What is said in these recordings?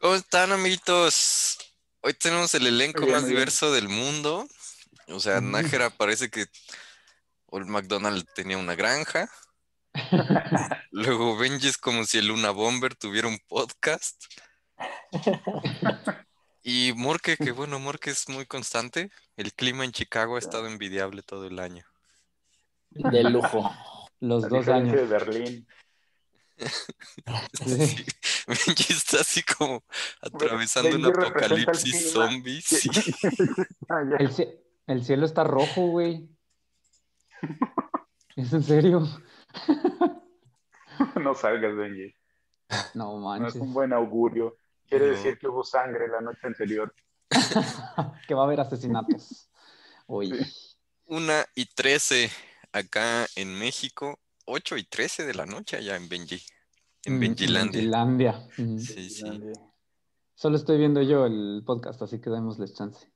¿Cómo están, amiguitos? Hoy tenemos el elenco Muy bien, más muy bien. diverso del mundo. O sea, Ujú. Nájera parece que Old McDonald tenía una granja. Luego Benji es como si el Luna Bomber tuviera un podcast. Y Morque, que bueno, Morque es muy constante. El clima en Chicago ha estado envidiable todo el año. De lujo. Los A dos diferencia años. de Berlín. Sí. Benji está así como atravesando un Benji representa el apocalipsis clima. zombie. sí. Ah, ya. El, cie- el cielo está rojo, güey. ¿Es en serio? No salgas, Benji. No No es manches. un buen augurio. Quiere No. decir que hubo sangre la noche anterior. que va a haber asesinatos. Oye. Una y trece acá en México, ocho y trece de la noche allá en Benji, en Benjilandia. Mm, Benjilandia. Mm. Sí, sí. Solo estoy viendo yo el podcast, así que démosles chance.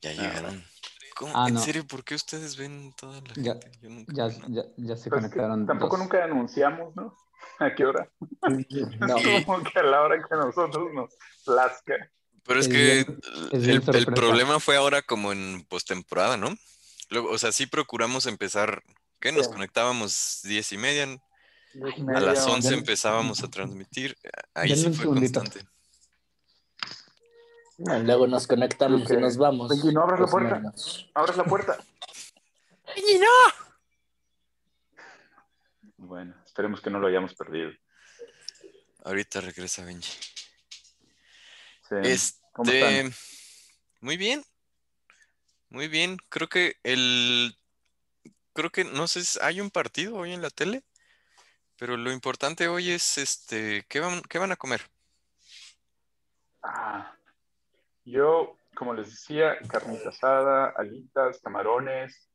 Ya llegaron. ¿Cómo? Ah, ¿En no. serio? ¿Por qué ustedes ven toda la Ya- gente? Yo nunca Ya, veo nada. ya, ya se Pues, conectaron. Tampoco dos. nunca anunciamos, ¿no? ¿A qué hora? No. Es como que a la hora que a nosotros nos plazca. Pero es, Es que bien- es bien el, el sorpresa. problema fue ahora como en postemporada, ¿no? Luego, o sea, sí procuramos empezar, ¿qué? Nos Sí. conectábamos diez y media, Diez y a media, las once Denme- empezábamos a transmitir. Ahí denme sí un fue segundito. constante. No, Luego nos conectamos Ok. y nos vamos. Oye, no abras la Pues, puerta. no. Abres la puerta. Bueno, esperemos que no lo hayamos perdido. Ahorita regresa Benji. Sí. ¿Cómo Este, están? muy bien, muy bien. Creo que el, creo que no sé, si hay un partido hoy en la tele, pero lo importante hoy es, este, ¿qué van, qué van a comer? Ah, yo, como les decía, carnita asada, alitas, camarones,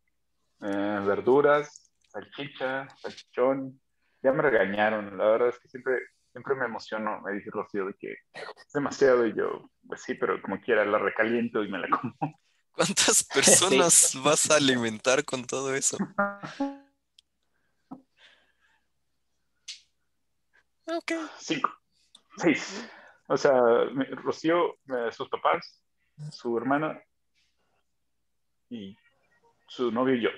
eh, verduras, salchicha, salchichón. Ya me regañaron, la verdad es que siempre, siempre me emociono me decirlo así de que es demasiado y yo, pues sí, pero como quiera, la recaliento y me la como. ¿Cuántas personas vas a alimentar con todo eso? Ok. Cinco, seis. O sea, me- Rocío, eh, sus papás, su hermana y su novio y yo.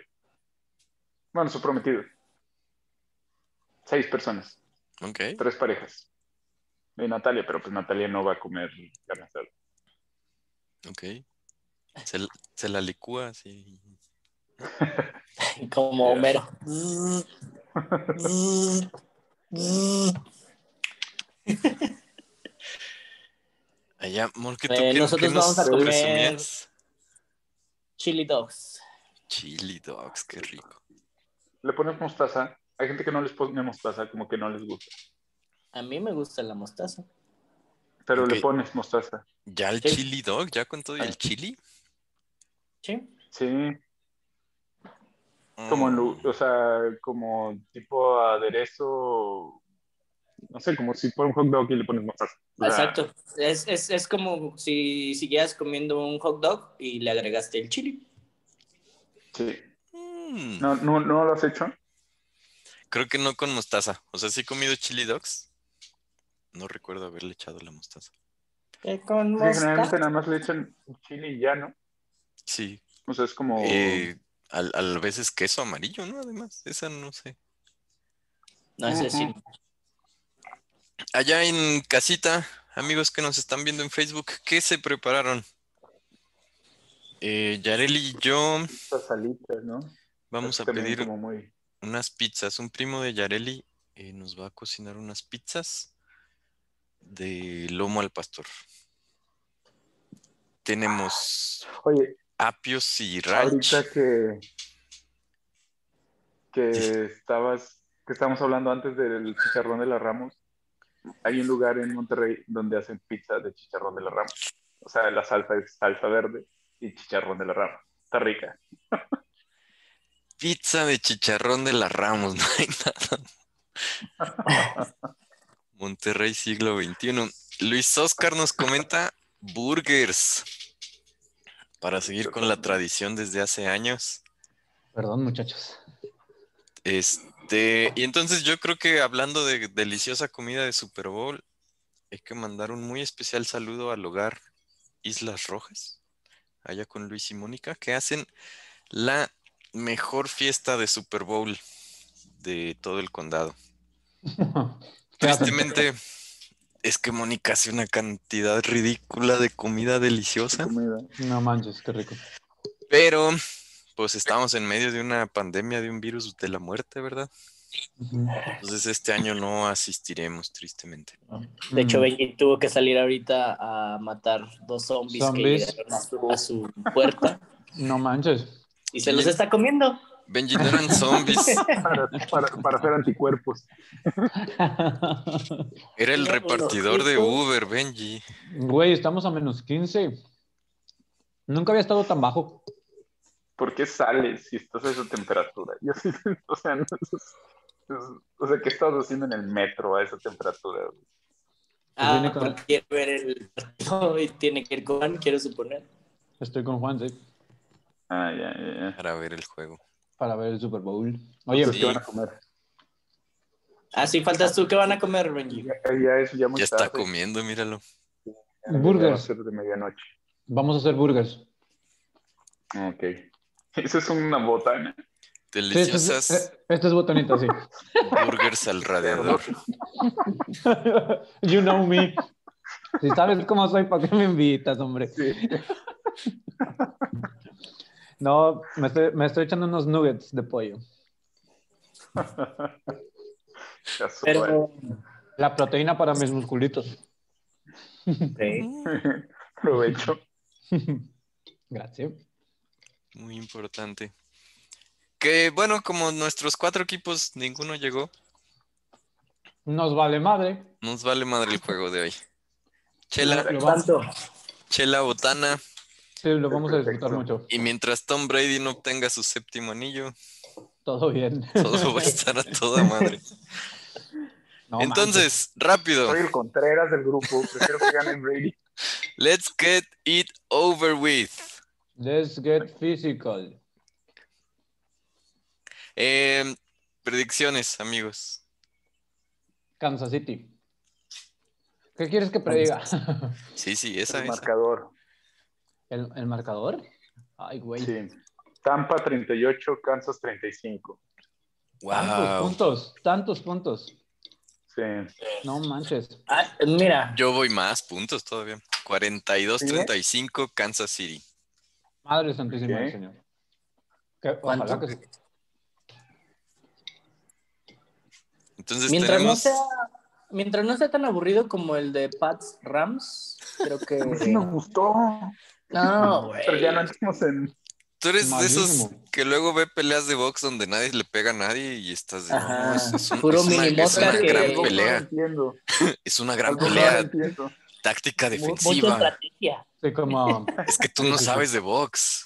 Bueno, su prometido. Seis personas, Ok, tres parejas. Y Natalia, pero pues Natalia no va a comer carne asada. ok. Se, la- se la licúa así. Como Ya. Homero. Zzz, zzz, zzz. Allá, amor, ¿qué tú Eh, qué- qué nosotros nos vamos a comer- presumías? Chili dogs. Chili dogs, qué rico. Le pones mostaza. Hay gente que no les pone mostaza, como que no les gusta. A mí me gusta la mostaza. Pero Ok. le pones mostaza. Ya el Sí. chili dog, ya con todo y el chili. Sí. Sí, Como, en lu- Mm. o sea, como tipo aderezo, no sé, como si fuera un hot dog y le pones mostaza. O sea, Exacto. Es, es, es como si siguieras comiendo un hot dog y le agregaste el chili. Sí. Mm. No, no, no lo has hecho. Creo que no con mostaza. O sea, sí he comido chili dogs. No recuerdo haberle echado la mostaza. Eh, Con Sí, generalmente mostaza. nada más le echan chile y ya, ¿no? Sí. O sea, es como. Eh, al- a, veces queso amarillo, ¿no? Además, esa no sé. No es decir. Allá en casita, amigos que nos están viendo en Facebook, ¿qué se prepararon? Eh, Yareli y yo Estas salitas, ¿no? vamos Es a también pedir Como muy... unas pizzas. Un primo de Yareli eh, nos va a cocinar unas pizzas de lomo al pastor. Tenemos Oye, apios y ranch. ahorita que. Que Sí. estabas. Que estábamos hablando antes del chicharrón de la Ramos. Hay un lugar en Monterrey donde hacen pizza de chicharrón de la Ramos. O sea, la salsa es salsa verde y chicharrón de la rama. Está rica. Pizza de chicharrón de la Ramos, no hay nada. Monterrey siglo XXI. Luis Oscar nos comenta burgers. Para seguir con la tradición desde hace años. Perdón, muchachos. Este, y entonces yo creo que hablando de deliciosa comida de Super Bowl, Hay que mandar un muy especial saludo al hogar Islas Rojas, allá con Luis y Mónica, que hacen la mejor fiesta de Super Bowl de todo el condado. ¿Qué hacen? Tristemente, es que Mónica hace una cantidad ridícula de comida deliciosa, Comida. No manches, qué rico. pero pues estamos en medio de una pandemia de un virus de la muerte, ¿verdad? Ujú. Entonces este año no asistiremos, tristemente. De hecho, Mm. Benji tuvo que salir ahorita a matar dos zombies, Zombies. que llegaron a su, a su puerta No manches. y se los está comiendo. Benji, no eran zombies, Para, para- para hacer anticuerpos. era el Era un repartidor de ojito. Uber, Benji. Güey, estamos a menos 15. Nunca había estado tan bajo. ¿Por qué sales si estás a esa temperatura? Yo sí, o sea, no, es- es- o sea, ¿qué estás haciendo en el metro a esa temperatura? Ah, viene con- porque quiere ver el partido y tiene que ir con, quiero suponer. Estoy con Juan, sí, Ah, ya, ya, ya. Para ver el juego. para ver el Super Bowl. Oye, Entonces, Sí. ¿qué van a comer? Ah, sí, faltas tú. ¿Qué van a comer, Benji? Ya, ya es ya muy Ya está tarde. comiendo, míralo. Ya va a burgers. ser de medianoche. Vamos a hacer burgers. Ok. Eso es una botana. Sí, eh. este, es, Deliciosas eh, este es botanita, sí. burgers al radiador. you know me. Si sabes cómo soy, ¿para qué me invitas, hombre? Sí. No, me estoy, me estoy echando unos nuggets de pollo. Casual. Pero, La proteína para mis musculitos. sí. Provecho. Gracias. Muy importante. Que bueno, como nuestros cuatro equipos, ninguno llegó, Nos vale madre. nos vale madre el juego de hoy. Chela, Lo vamos, tanto. chela botana. sí, lo vamos a disfrutar Perfecto. mucho. Y mientras Tom Brady no obtenga su séptimo anillo, Todo bien. todo va a estar a toda madre. No Entonces, rápido, Soy el Contreras del grupo. Prefiero que gane Brady. let's get it over with. manches. Let's get physical. Eh, predicciones, amigos. Kansas City. ¿Qué quieres que prediga? Sí, sí, esa El es. marcador. ¿El, el marcador? Ay, güey. Sí. Tampa 38, Kansas 35. Tantos Wow. puntos, tantos puntos. Sí. No manches. Ah, mira, Yo voy más puntos todavía. 42-35 Kansas City. Madre santísima del Ok. Señor. Que- ¿Cuánto? ojalá que- Entonces mientras no, tenemos sea, mientras no sea tan aburrido como el de Pats Rams, creo que. Sí, nos gustó. No, güey. Pero ya no estamos en. Tú eres de Malísimo. esos que luego ve peleas de box donde nadie le pega a nadie y estás de. Ajá. "No, es, es un- Puro es una, es minimota una que- gran Algo No pelea. entiendo. Es una gran Algo no pelea. entiendo. Táctica Mu- Mucha defensiva. estrategia. Sí, como Es que tú no sabes de box.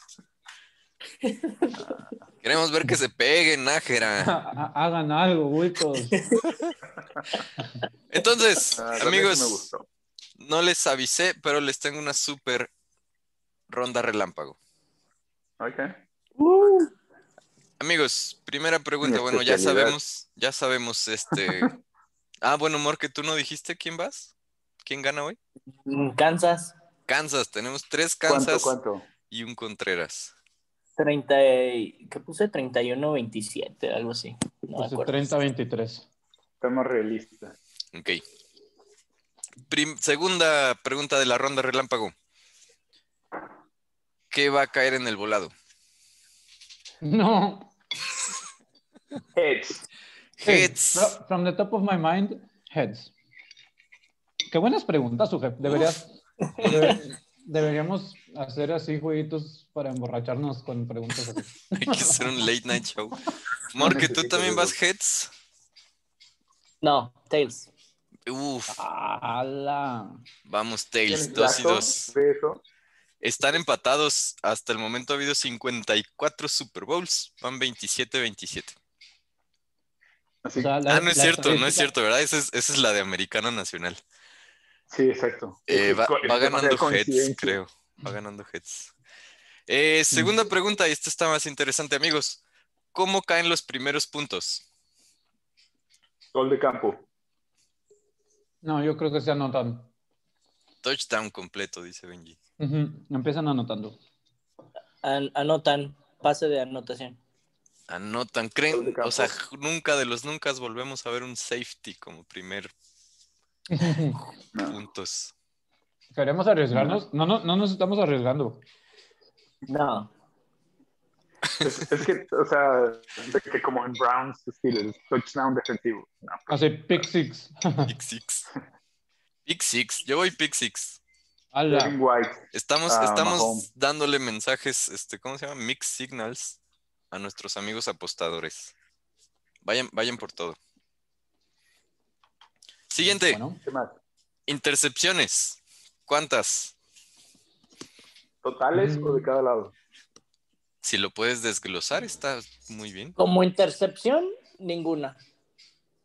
Queremos ver que se peguen, Nájera. ha- hagan algo, pues, bultos. Entonces, Ah, realmente Me amigos, gustó. no les avisé, pero les tengo una super ronda relámpago. Ok. Uh. Amigos, primera pregunta. Mi Bueno, ya especialidad. sabemos, ya sabemos este. Ah, bueno, amor, que tú no dijiste quién vas. ¿Quién gana hoy? Mm, Kansas, Kansas, tenemos tres ¿Cuánto, Kansas cuánto? y un Contreras. 30. y- ¿Qué puse? 31-27, algo así. No me Pues acuerdo. 30-23. Estamos realistas. Ok. Prim- segunda pregunta de la ronda relámpago. ¿Qué va a caer en el volado? No. Heads. Heads. Fro- From the top of my mind, heads. Qué buenas preguntas, Sujep. Deberías, debe- deberíamos hacer así jueguitos para emborracharnos con preguntas así. Hay que hacer un late night show. Amor, que tú necesito también de vas dos. heads. No, Tails. Uf, ¡Hala! vamos, Tails, dos y Plato, dos. beso. Están empatados. Hasta el momento ha habido 54 Super Bowls. Van 27-27. Así. O sea, la- Ah, no es la cierto, no es estadística- cierto, ¿verdad? Esa es, esa es la de Americana Nacional. sí, exacto. Eh, va, Co- va es ganando demasiada heads, coincidencia. creo. Va ganando heads. Mm. Eh, segunda pregunta, y esta está más interesante, amigos. ¿Cómo caen los primeros puntos? Gol de campo. No, yo creo que se anotan. Touchdown completo, dice Benji. Ujú, Empiezan anotando. An- anotan, pase de anotación. Anotan, Gol de creen, campo. o sea, j- nunca de los nunca volvemos a ver un safety como primer No. puntos. ¿Queremos arriesgarnos? No, no, no nos estamos arriesgando. No. Es, es que, o sea, de que como en Browns Steelers, touchdown defensivo. No, Así, pick six. Pick six. Pick six. Yo voy pick six. Ala. Devin White. Estamos, Ah, estamos Mahomes. dándole mensajes, este, ¿cómo se llama? Mix signals a nuestros amigos apostadores. Vayan, vayan por todo. Siguiente, Bueno, ¿Qué más? intercepciones. ¿Cuántas? ¿Totales o de cada lado? Si lo puedes desglosar, está muy bien. Como intercepción, ninguna.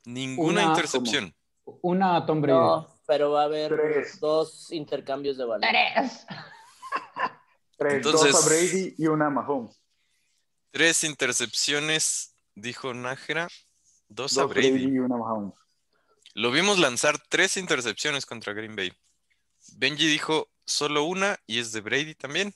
Ninguna Una- intercepción. una a Tom Brady. No, pero va a haber Tres. dos intercambios de balón. Tres, Entonces- dos a Brady y una a Mahomes. Tres intercepciones, dijo Nájera. Dos, Dos a a Brady. Brady. y una a Mahomes. Lo vimos lanzar tres intercepciones contra Green Bay. Benji dijo solo una y es de Brady también.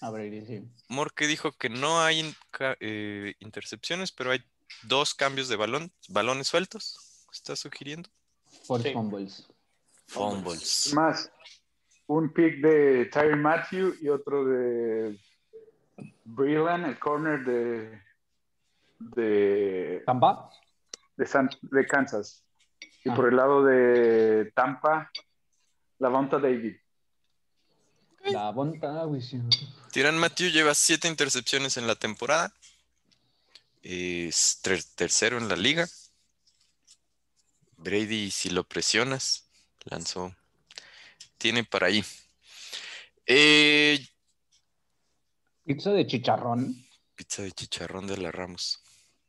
A Brady, sí. Morque dijo que no hay in- ca- eh, intercepciones, pero hay dos cambios de balón, balones sueltos. ¿Está sugiriendo? Por Sí. fumbles. Fumbles. Más, un pick de Tyre Matthew y otro de Breland, el corner de, de, Tampa. de, San- de Kansas. Y Ah. por el lado de Tampa, Lavonta David. La bonta, güey, sí. Tiran Matthew lleva siete intercepciones en la temporada. Es ter- tercero en la liga. Brady, si lo presionas, lanzó. Tiene para ahí. Eh, Pizza de chicharrón. pizza de chicharrón de la Ramos.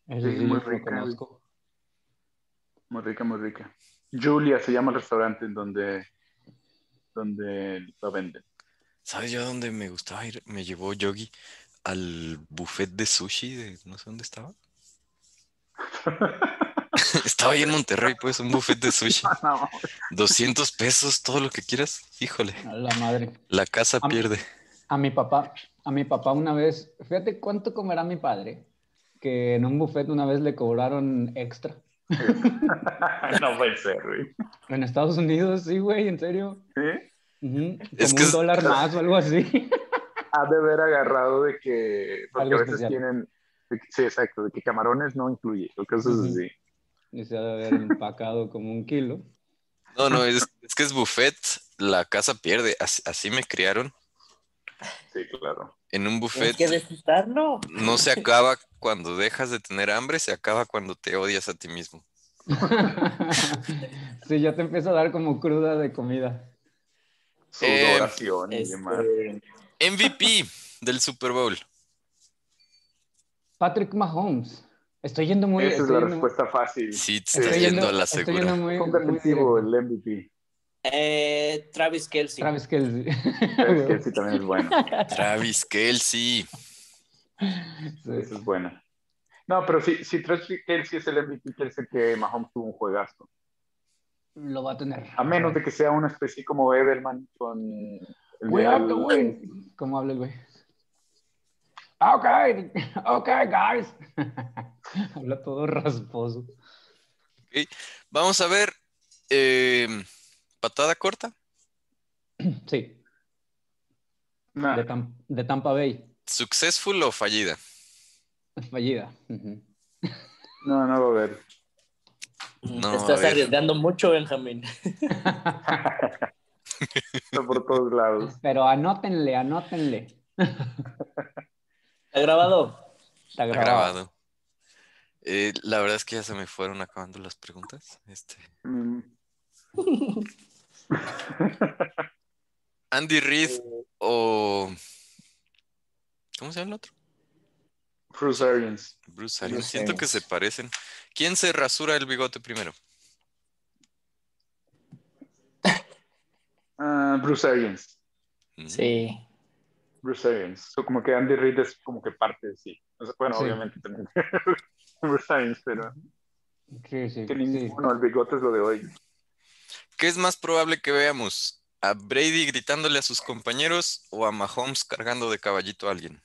Eso Sí, sí, muy yo lo rica, güey. conozco. Muy rica, muy rica. Julia se llama el restaurante en donde, donde lo venden. ¿Sabes yo a dónde me gustaba ir? Me llevó Yogi al buffet de sushi de no sé dónde estaba. Estaba ahí en Monterrey, pues, un buffet de sushi. No, 200 pesos, todo lo que quieras. Híjole, A la madre. la casa Am- pierde. A mi papá, a mi papá una vez, fíjate cuánto comerá mi padre, que en un buffet una vez le cobraron extra. no puede ser, güey. En Estados Unidos, sí, güey, en serio. ¿Sí? Ujú, Es Como que un es- dólar más o algo así. Ha de haber agarrado de que. Porque Algo a veces especial. tienen. de que- sí, exacto, de que camarones no incluye, o cosas Ujú. así. Y se ha de haber empacado como un kilo. No, no, es, es que es buffet, la casa pierde. Así, así me criaron Sí, claro. en un Tienes buffet. que desfrutarlo. No se acaba cuando dejas de tener hambre, se acaba cuando te odias a ti mismo. sí, ya te empieza a dar como cruda de comida. Eh, Sudoración y Este, demás. MVP del Super Bowl. Patrick Mahomes. Estoy yendo muy... Esa es estoy la yendo- respuesta fácil. Sí, te estoy estás yendo a la estoy segura. yendo muy- Con muy defensivo, directo. el MVP. eh, Travis Kelsey. Travis Kelce. Es que sí, también es bueno. Travis Kelsey. Eso es bueno. No, pero si, si Travis Kelsey es el MVP, quiere decir que Mahomes tuvo un juegazo. Lo va a tener. A menos de que sea una especie como Everman con el Güey, de- habla, güey. ¿Cómo habla el güey? Ok, ok, guys. habla todo rasposo. Vamos a ver. eh, patada corta. Sí, Nah, de, Tam- de Tampa Bay, ¿Successful o fallida? fallida. Ujú. no, no va a haber. No, Te a estás ver. arriesgando mucho, Benjamín. Está por todos lados. Pero anótenle, anótenle. ¿Está grabado? Está Está grabado. grabado. Eh, la verdad es que ya se me fueron acabando las preguntas. Este, Mm, Andy Reid o. ¿Cómo se llama el otro? Bruce Arians. Bruce Arians. No sé. Siento que se parecen. ¿Quién se rasura el bigote primero? Ah, Bruce Arians. Mm. Sí. Bruce Arians. So, como que Andy Reid es como que parte de sí. O sea, bueno, Sí. obviamente también. Bruce Arians, pero Sí, sí, que sí. ninguno, el bigote es lo de hoy. ¿Qué es más probable que veamos? ¿A Brady gritándole a sus compañeros o a Mahomes cargando de caballito a alguien?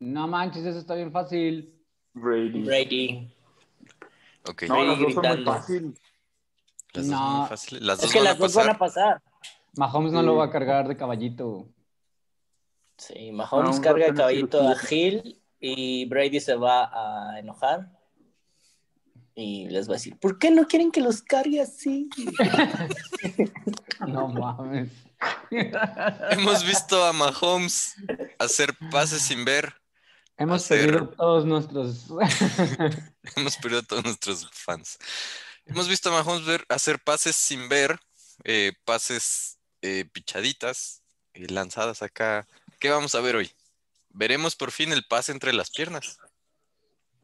No manches, eso está bien fácil. Brady. Brady. Ok, No, las dos son muy Gritando. fácil. las dos no. muy fáciles. Las Es dos que van a las dos pasar. van a pasar. Mahomes no lo va a cargar de caballito. Sí, Mahomes No, carga no el caballito a tiene Hill y Brady se va a enojar. Y les va a decir, ¿por qué no quieren que los cargue así? No mames. Hemos visto a Mahomes hacer pases sin ver. Hemos Hacer- perdido todos nuestros. Hemos perdido a todos nuestros fans. Hemos visto a Mahomes ver- hacer pases sin ver, eh, pases eh, pichaditas y lanzadas acá. ¿Qué vamos a ver hoy? Veremos por fin el pase entre las piernas.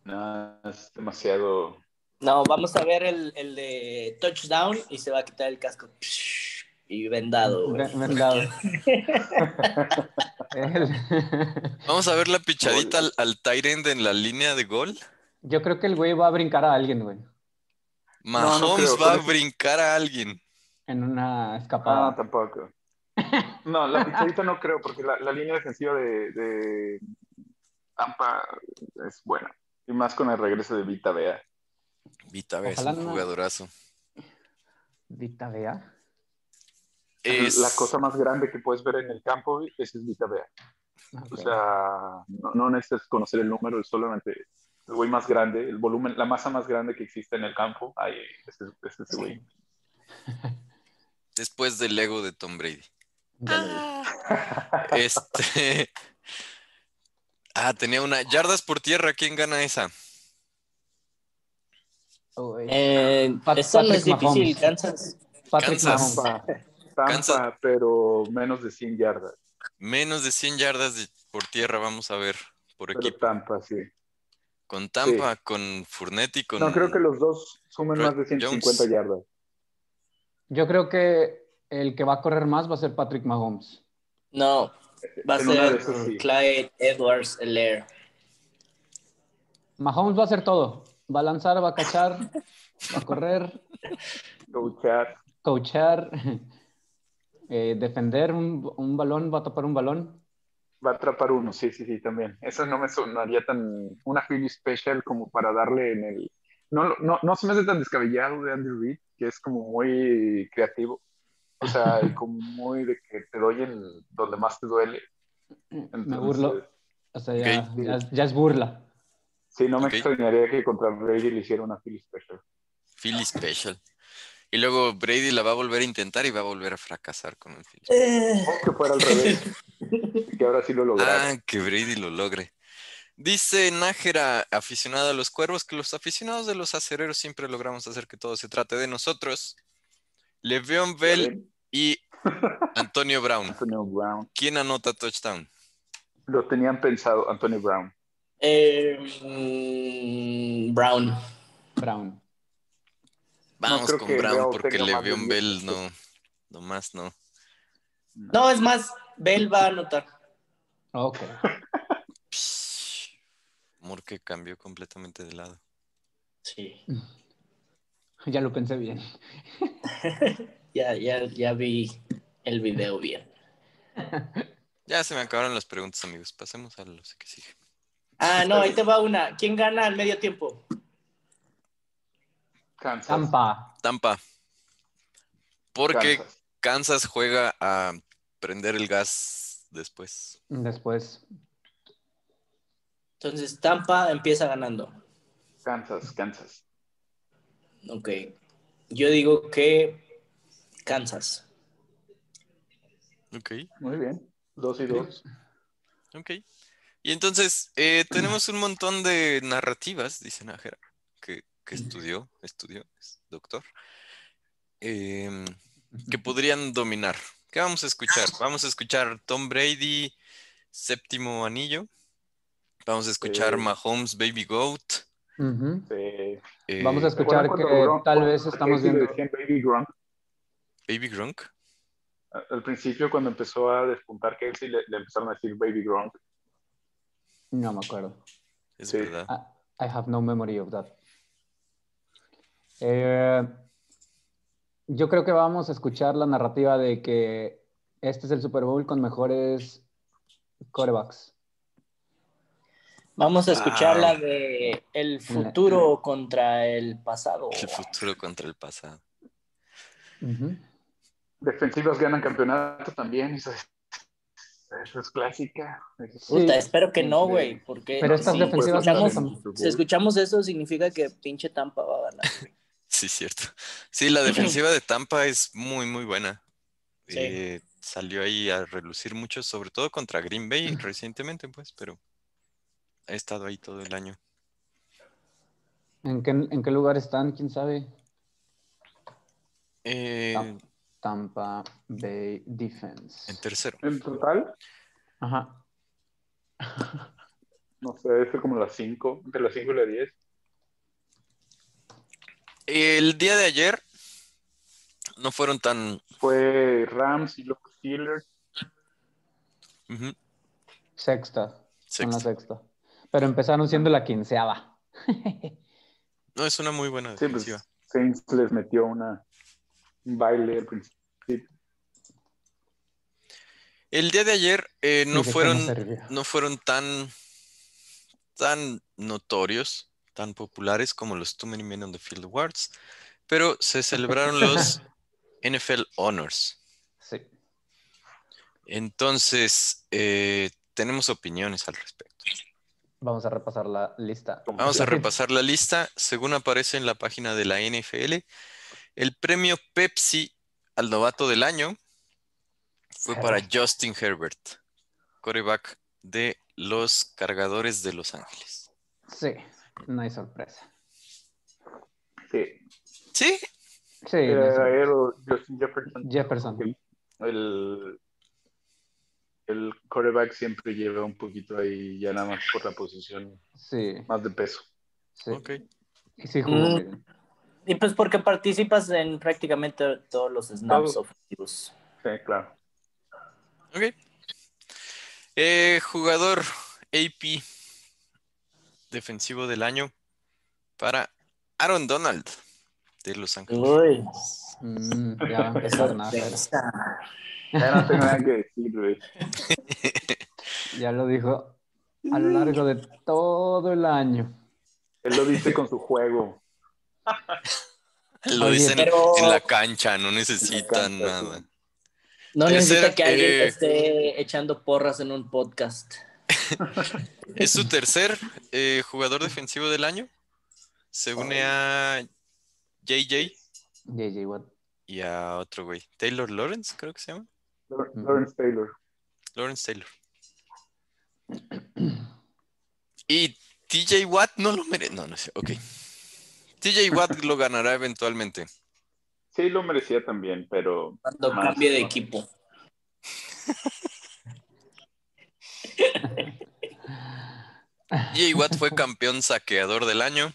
No, es demasiado. No, vamos a ver el, el de touchdown y se va a quitar el casco. Psh, Y vendado. güey. Ven- vendado. El- Vamos a ver la pichadita al, al tight end en la línea de gol. Yo creo que el güey va a brincar a alguien, güey. Mahomes creo, va a porque- brincar a alguien. En una Ah, escapada. tampoco. No, la pichadita no creo, porque la, la línea defensiva de, de Tampa es buena. Y más con el regreso de Vita Vea. Vita, es Ojalá un no. jugadorazo. Vita vea. Es- La cosa más grande que puedes ver en el campo es Vita Vea. O Ok. sea, no, no necesitas conocer el número, es solamente el güey más grande, el volumen, la masa más grande que existe en el campo. Ahí es es ese güey. después del ego de Tom Brady. Ya lo vi. Este. Ah, tenía una. Yardas por tierra, ¿quién gana esa? Oh, güey. Eh, Pat- esa no es Patrick Mahomes. difícil, Kansas. Patrick Kansas. Mahomes. Tampa, Tampa, Kansas. pero menos de 100 yardas. Menos de 100 yardas de- por tierra, vamos a ver. Por Pero equipo. Tampa, sí. Con Tampa, con Furnetti, con. No, creo que los dos sumen Roy más de 150 Jones. yardas. Yo creo que el que va a correr más va a ser Patrick Mahomes. No, va a En una de ser esas, sí. Clyde Edwards Helaire. Mahomes va a hacer todo. Va a lanzar, va a cachar, va a correr, Coachar. coachar, eh, defender un, un balón, va a tapar un balón. Va a atrapar uno, sí, sí, sí, también. Eso no me sonaría tan una Philly special como para darle en el... No, lo- no, no se me hace tan descabellado de Andy Reid, que es como muy creativo. O sea, y como muy de que te doy el, donde más te duele. Me Entonces, eh, burlo. O sea, ya, Ok. ya- ya es burla. Sí, no me Ok. extrañaría que contra Brady le hiciera una Philly special. Philly Special. Y luego Brady la va a volver a intentar y va a volver a fracasar con el Philly. Eh, O que fuera al revés. que ahora sí lo lograron. Ah, que Brady lo logre. Dice Nájera, aficionada a los cuervos, que los aficionados de los acereros siempre logramos hacer que todo se trate de nosotros. Le'Veon Bell y Antonio Brown. Antonio Brown. ¿Quién anota touchdown? Lo tenían pensado, Antonio Brown. eh, mm, Brown. Brown. Vamos creo con que Brown Brown porque tenga más de Le'Veon 10 Bell no, nomás no. No, es más, Bell va a anotar. Ok. Amor que cambió completamente de lado. Sí, Ya lo pensé bien. ya, ya, ya vi el video bien. Ya se me acabaron las preguntas, amigos. Pasemos a lo que sigue. Ah, no, ahí te va una. ¿Quién gana al medio tiempo? Kansas. Tampa. Tampa. Porque Kansas. Kansas juega a prender el gas después. Después. Entonces Tampa empieza ganando. Kansas, Kansas. Ok. Yo digo que Kansas. Ok, Muy bien. Dos y dos. ok. Y entonces, eh, tenemos un montón de narrativas, dice Nájera, que, que estudió, estudió, es doctor, em, que podrían dominar. ¿Qué vamos a escuchar? Vamos a escuchar Tom Brady, séptimo anillo. Vamos a escuchar Sí. Mahomes, Baby Goat. Ujú. Eh, eh, Vamos a ¿se escuchar acuerdan cuando que Gronk- tal vez cuando estamos Brady le viendo- decían Baby Gronk? Baby Gronk. A- Al principio, cuando empezó a despuntar Kelsey, le, le empezaron a decir Baby Gronk. No me acuerdo. Es Sí. verdad. I, I have no memory of that. Eh, Yo creo que vamos a escuchar la narrativa de que este es el Super Bowl con mejores corebacks. Vamos a escuchar Ah. la de el futuro contra el pasado. El futuro contra el pasado. Ujú. Defensivas ganan campeonato también. Eso es, eso es clásica. Eso es- Puta, Sí. espero que no, pues, güey, porque Pero estas si defensivas escuchamos, ganan. si escuchamos eso significa que pinche Tampa va a ganar. güey. Sí, cierto. Sí, la defensiva de Tampa es muy, muy buena. Sí. Eh, salió ahí a relucir mucho, sobre todo contra Green Bay recientemente, pues, pero ha estado ahí todo el año. ¿En, qué, en qué lugar están? ¿Quién sabe? Eh, Tam- Tampa Bay Defense. en tercero. En total, Ajá. no sé, es como las 5, entre las 5 y las 10. El día de ayer no fueron tan... Fue Rams y los Steelers. ujú, Sexta. Son la sexto. sexta. Pero empezaron siendo la quinceava. No, es una muy buena Sí, pues, defensiva. Saints les metió una, un baile al principio. El día de ayer eh, no Y de fueron... cómo servía. no fueron tan, tan notorios, tan populares como los Too Many Men on the Field Awards, pero se celebraron los NFL Honors. Sí. Entonces, eh, tenemos opiniones al respecto. Vamos a repasar la lista. Vamos a Sí. repasar la lista. Según aparece en la página de la NFL, el premio Pepsi al novato del año fue para Justin Herbert, coreback de los cargadores de Los Ángeles. Sí. No hay sorpresa. Sí, Sí, Sí. no hay era sorpresa. él o Justin Jefferson. Jefferson. El, el coreback siempre lleva un poquito ahí, ya nada más por la posición, Sí. más de peso. sí. ok. Y sí jugó Mm. bien. Y pues porque participas en prácticamente todos los snaps Todo. ofensivos. Sí, claro. Ok. Eh, jugador AP defensivo del año para Aaron Donald de Los Ángeles. Uy, Mm, ya va a eso empezar nada. Ya no tengo nada que decir, güey. Ya lo dijo a lo largo de todo el año. Él lo dice con su juego. Lo Oye, dicen pero- en la cancha, no necesitan En la cancha, nada. No necesita Tercer, que alguien eh, esté echando porras en un podcast. Es su tercer eh, jugador defensivo del año. Se une a JJ JJ Watt. y a otro güey. Taylor Lawrence, creo que se llama. Lawrence Lawrence Taylor. Lawrence Taylor. Y TJ Watt no lo merece. No, no sé. Ok. TJ Watt lo ganará eventualmente. Sí, lo merecía también, pero Cuando Ah, Más. cambie de equipo. Jay Watt fue campeón saqueador del año,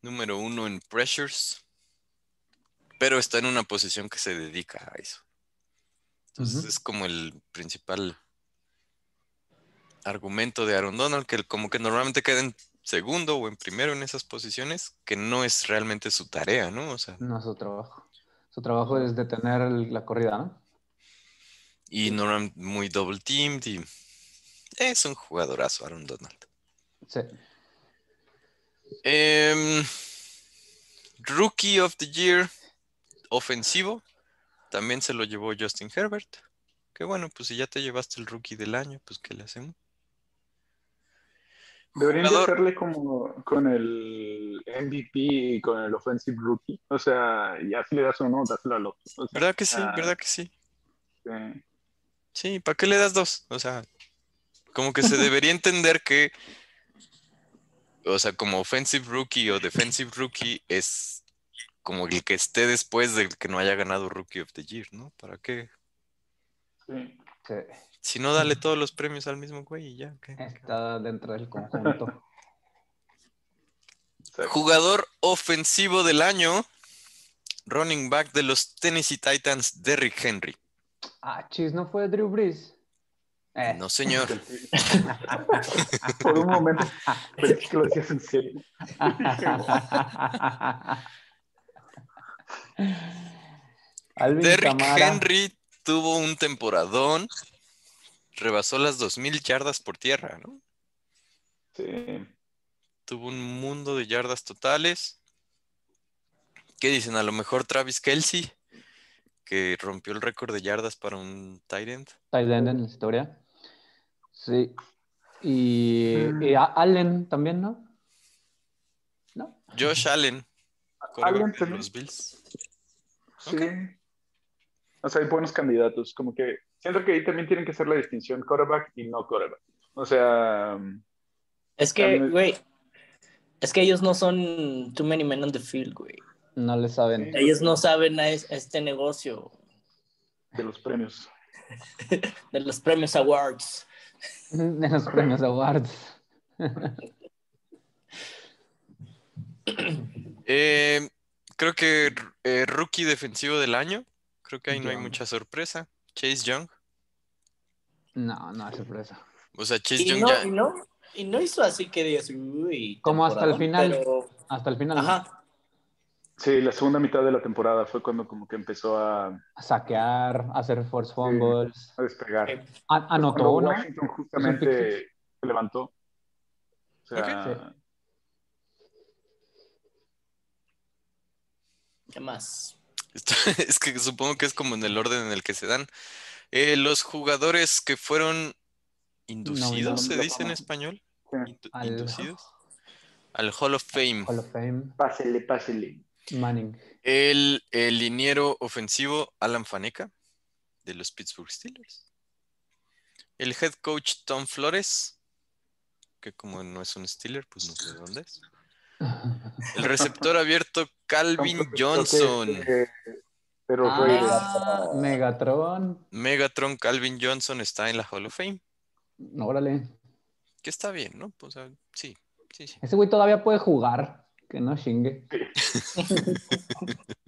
número uno en pressures, pero está en una posición que se dedica a eso. Entonces Ujú. es como el principal argumento de Aaron Donald, que como que normalmente queda en segundo o en primero en esas posiciones, que no es realmente su tarea, ¿no? O sea, No es su trabajo. Su trabajo es detener el- la corrida, ¿no? y normalmente muy double teamed y es un jugadorazo Aaron Donald. Sí. Em, Rookie of the Year ofensivo. También se lo llevó Justin Herbert. Que bueno, pues si ya te llevaste el rookie del año, pues ¿qué le hacemos? deberían de Jugador. hacerle como con el MVP y con el Offensive Rookie. O sea, ya si le das uno, dáselo al otro. O sea, ¿Verdad que sí? Ah. ¿Verdad que sí? sí. Sí, ¿para qué le das dos? O sea, como que se debería entender que, o sea, como offensive rookie o defensive rookie es como el que esté después del que no haya ganado Rookie of the Year, ¿no? ¿Para qué? sí. Sí. Si no, dale todos los premios al mismo güey y ya. ¿qué? Está dentro del conjunto. O sea, Jugador ofensivo del año, running back de los Tennessee Titans, Derrick Henry. Ah, chis, ¿no fue Drew Brees? Eh, No, señor. Por un momento pensé que lo decías en serio. Alvin Derrick Kamara. Henry tuvo un temporadón, rebasó las 2000 yardas por tierra, ¿no? Sí. Tuvo un mundo de yardas totales. ¿Qué dicen? A lo mejor Travis Kelsey, que rompió el récord de yardas para un tight end. Tight end en la historia. Sí. Y, Mm. y a- Allen también, ¿no? ¿No? Josh Allen, Allen quarterback de también. los Bills. Sí. O sea, hay buenos candidatos. Como que siento que ahí también tienen que hacer la distinción quarterback y no quarterback. O sea, um, Es que, También- güey, es que ellos no son too many men on the field, güey. No le saben. Ellos no saben a, es- a este negocio de los premios. de los premios awards. De los premios awards. Eh, creo que eh, rookie defensivo del año. Creo que ahí no hay Young. mucha sorpresa. Chase Young. No, no es sorpresa. O sea, Chase Y Young no, ya. y, no, y no hizo así que digas, uy. Como hasta el temporadón, final. pero- Hasta el final. Ajá. Sí, la segunda mitad de la temporada fue cuando como que empezó a, a A saquear, a hacer force fumbles. despegar. Eh, A- anotó Cuando uno. Washington justamente se levantó. O sea, Ok. ¿Qué más? Esto- Es que supongo que es como en el orden en el que se dan. Eh, los jugadores que fueron inducidos, ¿se no, dice en no. español? Sí. Indu- Al- inducidos. Al Hall of Fame. Hall of Fame. pásele, pásele. Manning. El, el liniero ofensivo Alan Faneca de los Pittsburgh Steelers. El head coach Tom Flores, que como no es un Steeler, pues no sé dónde es. El receptor abierto Calvin Johnson. Creo que- este, Pero pues, Ah, fue- Megatron. Megatron Calvin Johnson está en la Hall of Fame. Órale. Que está bien, ¿no? O sea, sí, sí, sí. Ese güey todavía puede jugar. Que no chingue.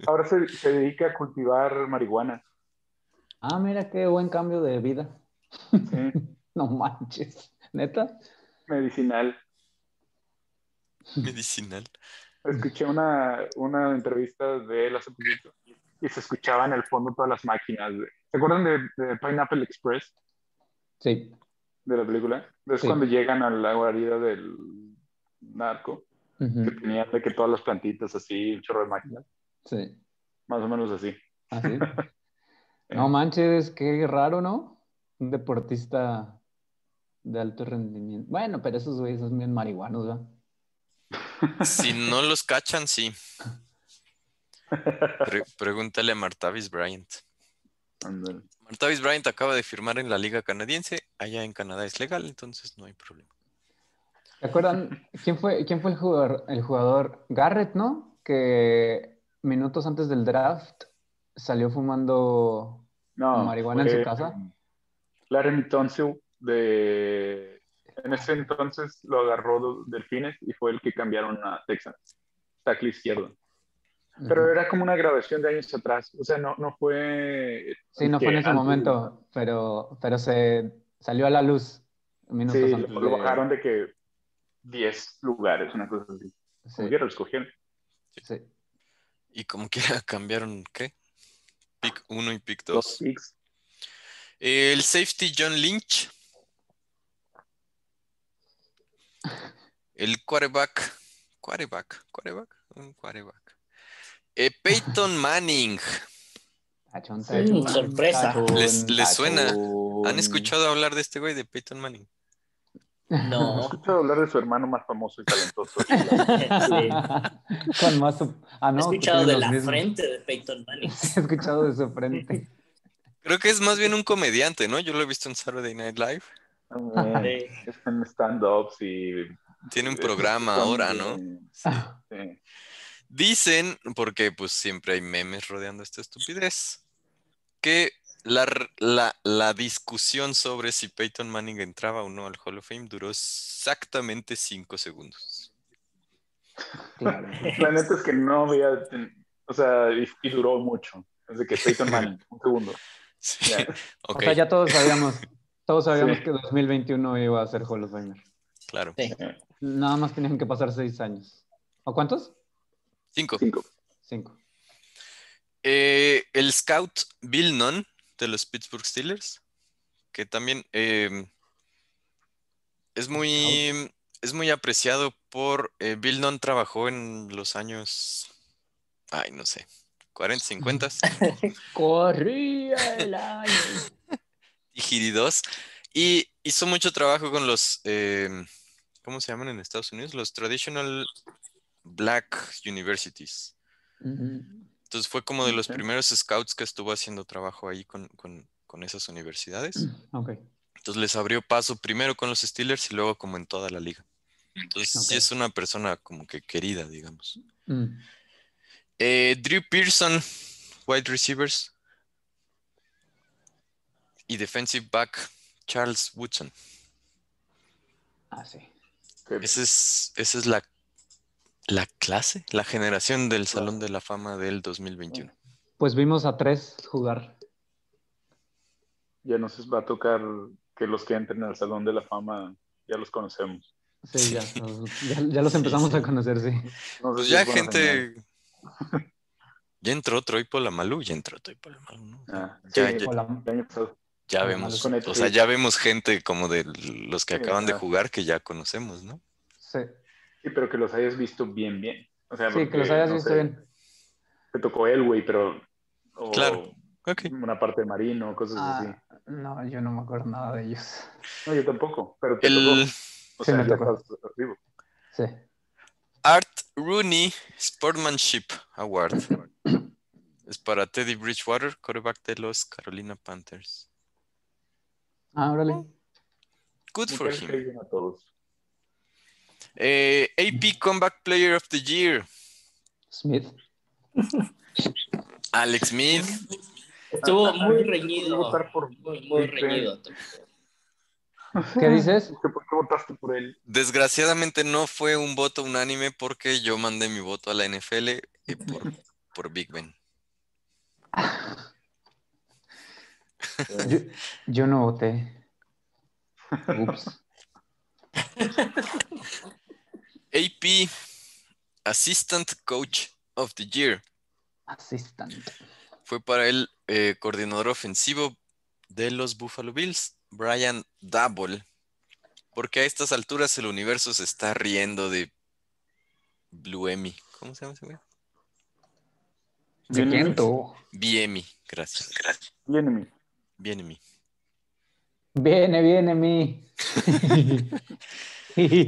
ahora se, se dedica a cultivar marihuana. Ah, mira qué buen cambio de vida. Sí, No manches. ¿Neta? medicinal. Medicinal. Escuché una, una entrevista de él hace poquito y se escuchaban al fondo todas las máquinas. de- ¿Se acuerdan de, de Pineapple Express, Sí. de la película? Es Sí. cuando llegan a la guarida del narco, Ujú. que tenían de que todas las plantitas así, un chorro de máquinas, Sí. más o menos así. Así. No manches, qué raro, ¿no? Un deportista de alto rendimiento. Bueno, pero esos güeyes son bien marihuanos, ¿verdad? Si no los cachan, sí. Pre- pregúntale a Martavis Bryant. Ándale. Martavis Bryant acaba de firmar en la Liga Canadiense. Allá en Canadá es legal, entonces no hay problema. ¿Se acuerdan? ¿Quién fue, quién fue el jugador? El jugador Garrett, ¿no? Que minutos antes del draft salió fumando. No, ¿Marihuana en su fue, casa? um, Laramie Tunsil de... En ese entonces lo agarró do- Delfines y fue el que cambiaron a Texas. Tackle izquierdo. Pero era como una grabación de años atrás. O sea, no, no fue... Sí, no fue en que ese antes- momento, pero, pero se salió a la luz minutos Sí, antes. lo, lo de- bajaron de que 10 lugares, una cosa así. Sí, Como quiera, lo escogieron. sí. Y como quiera, cambiaron, ¿qué? Pick 1 y pick Dos 2. picks. El safety John Lynch. El quarterback. Quarterback. Quarterback. Un quarterback. Eh, Peyton Manning. Tachón, Sí, tachón, sorpresa. tachón, Les- les suena. tachón. ¿Han escuchado hablar de este güey de Peyton Manning? No. Escucho hablar de su hermano más famoso y talentoso. Con más. su- Ah, He no, que Este, escuchado tienen de los la mismos. frente de Peyton Manning. He escuchado de su frente. Creo que es más bien un comediante, ¿no? Yo lo he visto en Saturday Night Live. Eh, Sí. En stand-ups y... eh, Tiene un programa ahora, ¿no? Sí. Sí. Dicen, porque pues siempre hay memes rodeando esta estupidez, que la, r- la- la discusión sobre si Peyton Manning entraba o no al Hall of Fame duró exactamente cinco segundos. Claro. La neta es que no había, o sea, y, y duró mucho. Desde que Peyton Manning, un segundo. Sí, Ya. ok, O sea, ya todos sabíamos. Todos sabíamos Sí. que 2021 iba a ser Hall of Famer. claro. Nada más tenían que pasar seis años. ¿O cuántos? Cinco. Cinco. Cinco. Eh, el scout Bill Nunn de los Pittsburgh Steelers, que también eh, es muy es muy apreciado por eh, Bill Nunn trabajó en los años ay, no sé, 40, 50 Corría el año. y Giridos y hizo mucho trabajo con los eh, ¿cómo se llaman en Estados Unidos? Los Traditional Black Universities. Ujú. Entonces fue como de los Ok. primeros scouts que estuvo haciendo trabajo ahí con, con- con esas universidades. Ok. Entonces les abrió paso primero con los Steelers y luego como en toda la liga. Entonces sí Ok. es una persona como que querida, digamos. Mm. Eh, Drew Pearson, wide receivers. Y defensive back, Charles Woodson. Ah, sí. Que- Esa es, esa es la, la clase, la generación del Salón de la Fama del 2021. Pues vimos a tres jugar. ya nos va a tocar que los que entren al Salón de la Fama ya los conocemos. Sí, Sí. Ya, los- ya, ya los empezamos sí. a conocer, sí. No sé Pues si ya, es buena señal. gente. Ya entró Troy Polamalu, ya entró Troy Polamalu, ¿no? Ah, Ya, sí, ya, O la- el año pasado. ya Polamalu vemos, con el o sea, Tri. ya vemos gente como de los que Sí, acaban de ajá. jugar que ya conocemos, ¿no? sí. Sí, pero que los hayas visto bien, bien. O sea, Sí, que los porque, hayas no visto sé, bien. Te tocó el güey, pero. o Claro. Ok. Una parte de Marino, cosas así. Ah, no, yo no me acuerdo nada de ellos. No, yo tampoco, pero te El tocó. O Sí, sea, me ya tocó. estás vivo. Sí. Art Rooney Sportmanship Award es para Teddy Bridgewater, quarterback de los Carolina Panthers. Ah, órale. Good for Mujeres que him. ayudan a todos. Eh, AP Comeback Player of the Year, Smith. Alex Smith. Estuvo Ah, ah, muy ah, reñido. voy a votar por- Muy, muy Sí, sí. reñido. ¿Qué dices? ¿Por qué votaste por él? Desgraciadamente no fue un voto unánime porque yo mandé mi voto a la NFL eh, por, por Big Ben. Yo, yo no voté. Ups. AP Assistant Coach of the Year Assistant. fue para el eh, coordinador ofensivo de los Buffalo Bills, Brian Dabble, porque a estas alturas el universo se está riendo de Blue Emmy. ¿Cómo se llama ese güey? ¿De quién tú? BMI, gracias. Bien, mi. BMI. Viene, viene mi.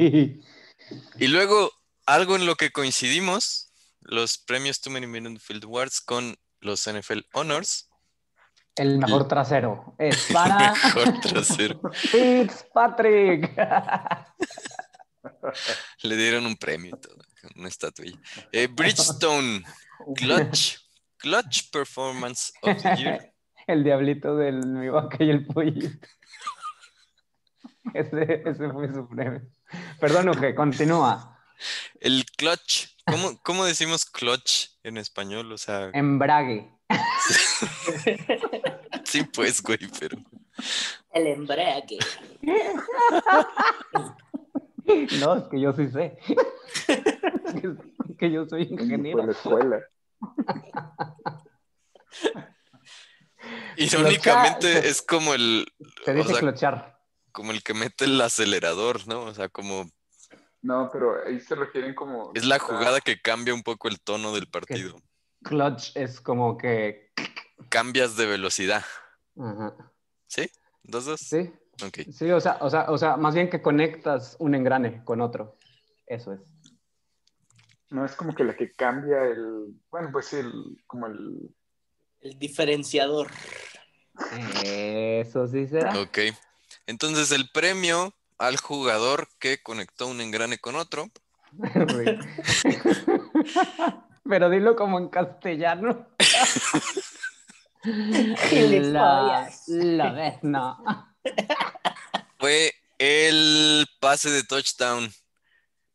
Y luego, algo en lo que coincidimos, los premios Too Many Men in the Field Awards con los NFL Honors. El mejor trasero es para Mejor trasero. Fitzpatrick. Le dieron un premio y todo, una estatuilla. Eh, Bridgestone, Clutch, Clutch Performance of the Year. El diablito del mi vaca y el pollito. Ese, ese fue su premio. Perdón, Uge, continúa. El Clutch, ¿cómo, cómo decimos Clutch en español? O sea, Eh. Embrague. sí, pues, güey, pero. El embrague. No, es que yo sí sé. Es que yo soy Fue ingeniero. pues, la escuela. Irónicamente es como el, Se dice o sea- clochar. como el que mete el acelerador, ¿no? O sea, como No, pero ahí se refieren como. es la jugada que cambia un poco el tono del partido. Clutch es como que. Cambias de velocidad. Ajá. ¿Sí? ¿Dos, dos? Sí, Ok. sí, o sea, o sea, o sea, más bien que conectas un engrane con otro. Eso es. No es como que la que cambia el. Bueno, pues sí, el, como el. El diferenciador. Eso sí será. Ok. Entonces el premio al jugador que conectó un engrane con otro. Sí. Pero dilo como en castellano. la, Gilipollas. la vez, no. Fue el pase de touchdown,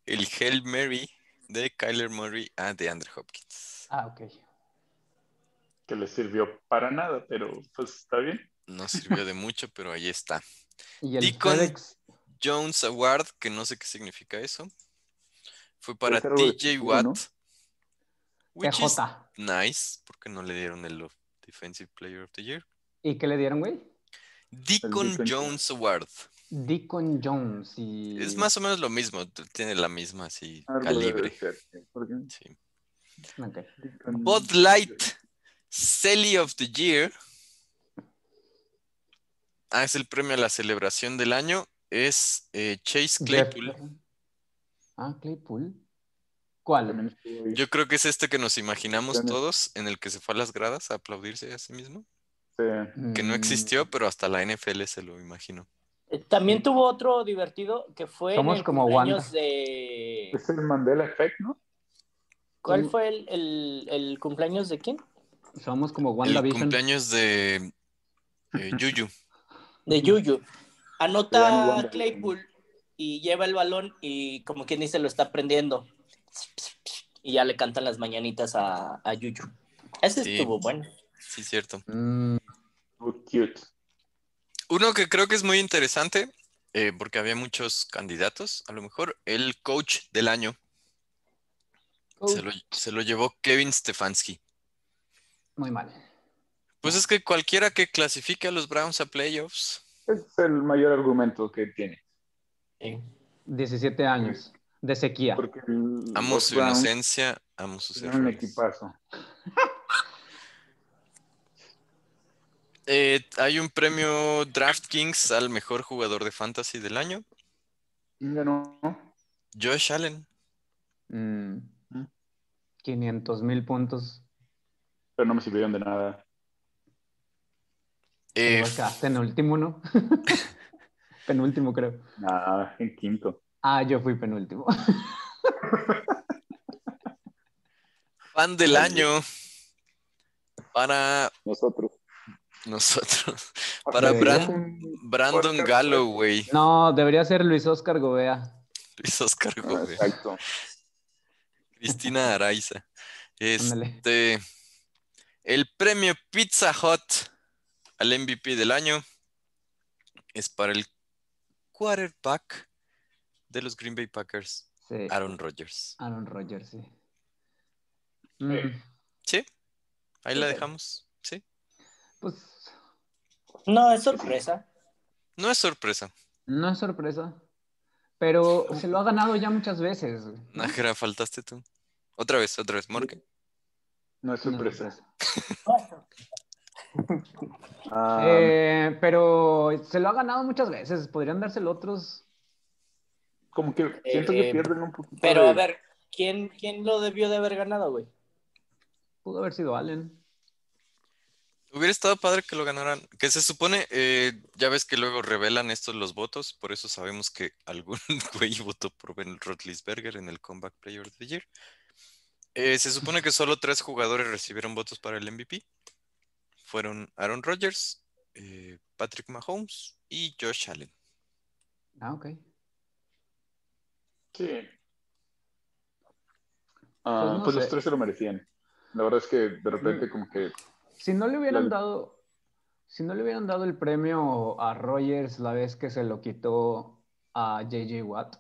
el Hail Mary de Kyler Murray a DeAndre Hopkins. Ah, ok. que le sirvió para nada, pero pues está bien. No sirvió de mucho, pero ahí está. Y el Deacon- FedEx, Jones Award, que no sé qué significa eso, fue para Debe ser algo de TJ fútbol, Watt, ¿no? Which is PJ. nice, porque no le dieron el of- Defensive Player of the Year. ¿Y qué le dieron, güey? Deacon Deacon Jones Award. Deacon Jones y... Es más o menos lo mismo, t- tiene la misma así Algo Mm. debe calibre. ser, ¿sí? Porque- sí. Ok. Bud Light Sally of the Year. Ah, es el premio a la celebración del año. Es eh, Chase Claypool. Jeff- Ah, Claypool. También ¿Cuál? estuvo ahí. Yo creo que es este que nos imaginamos Yo no- todos, en el que se fue a las gradas a aplaudirse a sí mismo. Sí. Mm. Que no existió, pero hasta la NFL se lo imaginó. Eh, También tuvo otro divertido que fue. en Somos el como cumpleaños Wanda. Pues, de. Es el este Mandela Effect, ¿no? ¿Cuál fue el, el- el cumpleaños de quién? Mm, Somos como El WandaVision. cumpleaños de eh, Yuyu. De Yuyu. Juan Anota Wanda. Claypool y lleva el balón y, como quien dice, lo está prendiendo. Y ya le cantan las mañanitas a, a Yuyu. Ese Sí. estuvo bueno. Sí, cierto. Mm, Estuvo cute. Uno que creo que es muy interesante, eh, porque había muchos candidatos, a lo mejor, el coach del año. Se lo, se lo llevó Kevin Stefanski. Muy mal. Mm. Pues es que cualquiera que clasifique a los Browns a playoffs, Ese es el mayor argumento que tiene. Sí. 17 años de sequía. Porque el- amo los su Browns inocencia, amo sus tienen un errores. equipazo. Eh, hay un premio DraftKings al mejor jugador de fantasy del año, ¿Quién ganó? Josh Allen. Mm, 500 mil puntos. Pero no me sirvieron de nada. Eh, Luego quedaste en último, ¿no? penúltimo, creo. Nada, en quinto. Ah, yo fui penúltimo. fan del año para Nosotros. nosotros, para Ok. Brand- Un- Brandon Oscar. Galloway, No, debería ser Luis Oscar Gobea. Luis Oscar Ah, Gómez, Exacto. Cristina Araiza. Ándale. Este, el premio Pizza Hut al MVP del año es para el quarterback de los Green Bay Packers, Sí. Aaron Rodgers. Aaron Rodgers, sí. Mm, Ahí la Ok. dejamos, ¿sí? pues No, es sorpresa. No es sorpresa. no es sorpresa. Pero se lo ha ganado ya muchas veces. güey. Nájera, faltaste tú. Otra vez, otra vez, Morgan. No es No es sorpresa. Eh, sorpresa. Ah, Eh, pero se lo ha ganado muchas veces. Podrían dárselo otros. como que siento que eh, pierden un poquito. Pero de- a ver, ¿quién, ¿quién lo debió de haber ganado, güey? Pudo haber sido Allen. Hubiera estado padre que lo ganaran. Que se supone, eh, ya ves que luego revelan estos los votos, por eso sabemos que algún güey votó por Ben Roethlisberger en el Comeback Player of the Year. Eh, se supone que solo tres jugadores recibieron votos para el MVP. Fueron Aaron Rodgers, eh, Patrick Mahomes y Josh Allen. Ah, ok. Pues Sí. Ah, Pues no pues Mm. los sé. tres se lo merecían. La verdad es que de repente como que Si no le hubieran Claro. dado. Si no le hubieran dado el premio a Rogers la vez que se lo quitó a JJ Watt,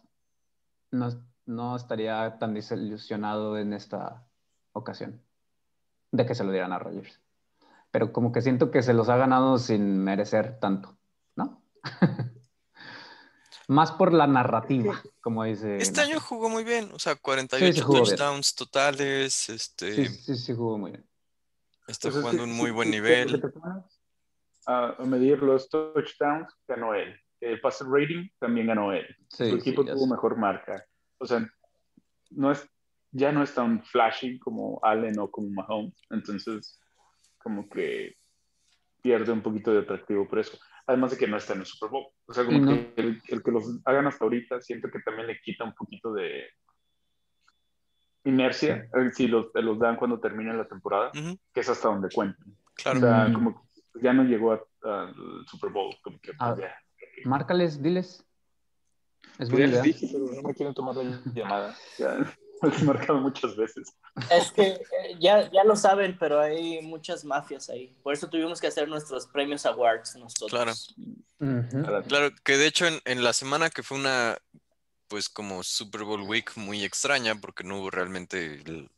no, no estaría tan desilusionado en esta ocasión de que se lo dieran a Rogers. Pero como que siento que se los ha ganado sin merecer tanto, ¿no? Más por la narrativa, como dice. Este año jugó muy bien, o sea, 48 Sí, sí jugó bien. touchdowns totales. Este, Sí, sí, sí, jugó muy bien. Está Pues es jugando que un si- muy buen si te- nivel. te pones Ah, A a medir los touchdowns, ganó él. El passer rating también ganó él. Sí, Su equipo sí, ya tuvo sé. mejor marca. O sea, no es, ya no es tan flashy como Allen o como Mahomes. Entonces, como que pierde un poquito de atractivo por eso. Además de que no está en el Super Bowl. O sea, como Y no. que el, el que los hagan hasta ahorita, siento que también le quita un poquito de inercia. eh, Si los, te los dan cuando termine la temporada, Ujú, que es hasta donde cuentan. O claro. sea, Mm. como que ya no llegó a- al Super Bowl. Como que, pues, Ah. ya. Márcales, diles. Pues Es Ya buena les idea. dije, pero no me quieren tomar la llamada. Ya los he marcado muchas veces. Es que eh, ya, ya lo saben, pero hay muchas mafias ahí. Por eso tuvimos que hacer nuestros premios awards nosotros. Claro. Ujú. Ahora, Claro, que de hecho en, en la semana que fue una, pues como Super Bowl Week muy extraña, porque no hubo realmente el,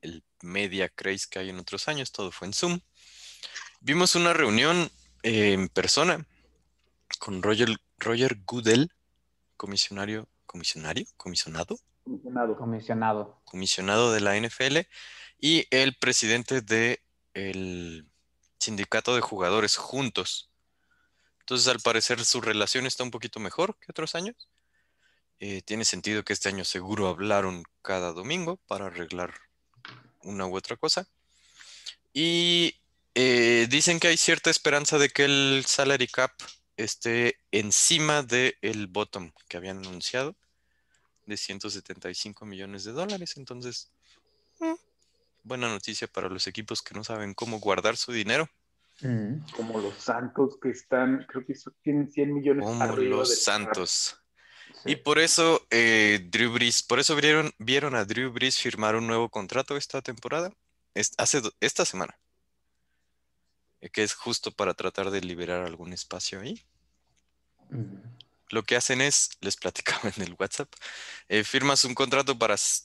el media craze que hay en otros años, todo fue en Zoom. Vimos una reunión eh, en persona con Roger, Roger Goodell, comisionario, comisionario, comisionado, Comisionado. Comisionado. comisionado de la NFL y el presidente del sindicato de jugadores juntos. Entonces, al parecer, su relación está un poquito mejor que otros años. Eh, tiene sentido que este año seguro hablaron cada domingo para arreglar una u otra cosa. Y eh, dicen que hay cierta esperanza de que el salary cap esté encima del bottom que habían anunciado de 175 millones de dólares. Entonces, mm, buena noticia para los equipos que no saben cómo guardar su dinero. Como los Santos que están, creo que so- tienen 100 millones Como arriba del- los Santos. Sí. Y por eso, eh, Drew Brees, por eso vieron, vieron a Drew Brees firmar un nuevo contrato esta temporada, es- hace, do- esta semana, Eh, que es justo para tratar de liberar algún espacio ahí. Mm. Lo que hacen es, les platicaba en el WhatsApp, eh, firmas un contrato para s-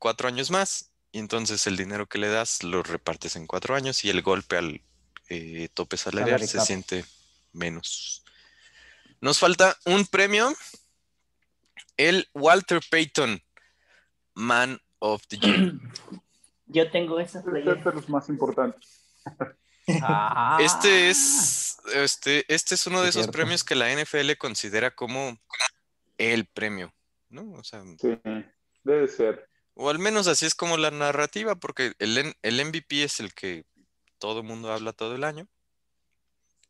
cuatro años más y entonces el dinero que le das lo repartes en cuatro años y el golpe al eh, tope salarial Salary se cap. siente menos. Nos falta un premio, el Walter Payton Man of the Year. Yo tengo Este esa es playera. de los más importantes. Ah. Este es, este, este es uno de Sí, esos cierto. premios que la NFL considera como el premio, ¿no? O sea, Sí, debe ser. O al menos así es como la narrativa, porque el, N- el MVP es el que todo el mundo habla todo el año.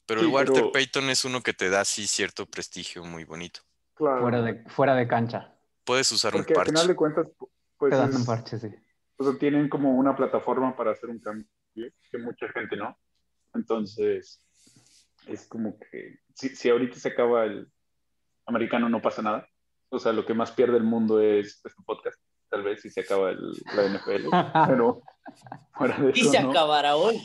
Pero el Sí, Walter pero- Payton es uno que te da sí cierto prestigio muy bonito. Claro. Fuera de, fuera de cancha. Puedes usar un Porque al parche. final de cuentas, pues, Te dan es- un parche, sí. o sea, tienen como una plataforma para hacer un cambio que mucha gente no. Entonces, es como que si, si ahorita se acaba el americano, no pasa nada. O sea, lo que más pierde el mundo es este podcast, tal vez si se acaba el- la NFL. pero fuera de Y eso, se no. acabará hoy.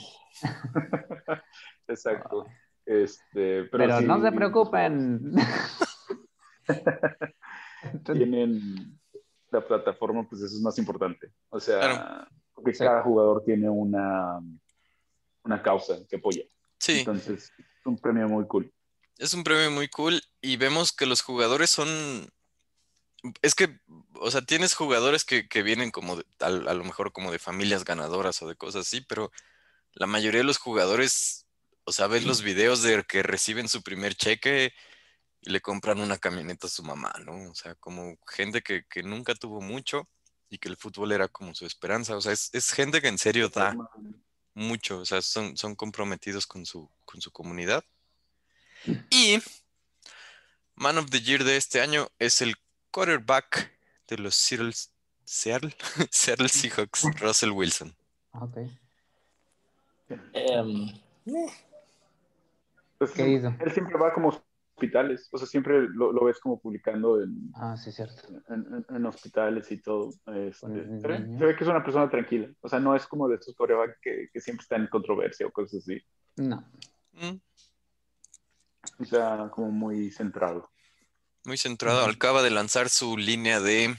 Exacto. Este, pero Pero sí, no se preocupen. Tienen la plataforma, pues eso es más importante. O sea, Claro. porque Sí. cada jugador tiene una, una causa que apoya. Sí, Entonces, es un premio muy cool. es un premio muy cool y vemos que los jugadores son... Es que, o sea, tienes jugadores que, que vienen como de- a, a lo mejor como de familias ganadoras o de cosas así, pero la mayoría de los jugadores, o sea, ves los videos de que reciben su primer cheque y le compran una camioneta a su mamá, ¿no? O sea, como gente que, que nunca tuvo mucho y que el fútbol era como su esperanza. O sea, es, es gente que en serio da mucho, o sea, son, son comprometidos con su, con su comunidad. Mm. Y Man of the Year de este año es el quarterback de los Seattle, Seattle, Mm. Seattle Seahawks, Russell Wilson. Ok. Em, Pues, ¿Qué hizo? él siempre va como hospitales, o sea, siempre lo, lo ves como publicando en, Ah, sí, cierto. en- en- en hospitales y todo. Este, Con Pues, el se, ve, niño. se ve que es una persona tranquila, o sea, no es como de esos corebacks que, que siempre están en controversia o cosas así. No. Mm, O sea, como muy centrado. Muy centrado, Ujú. acaba de lanzar su línea de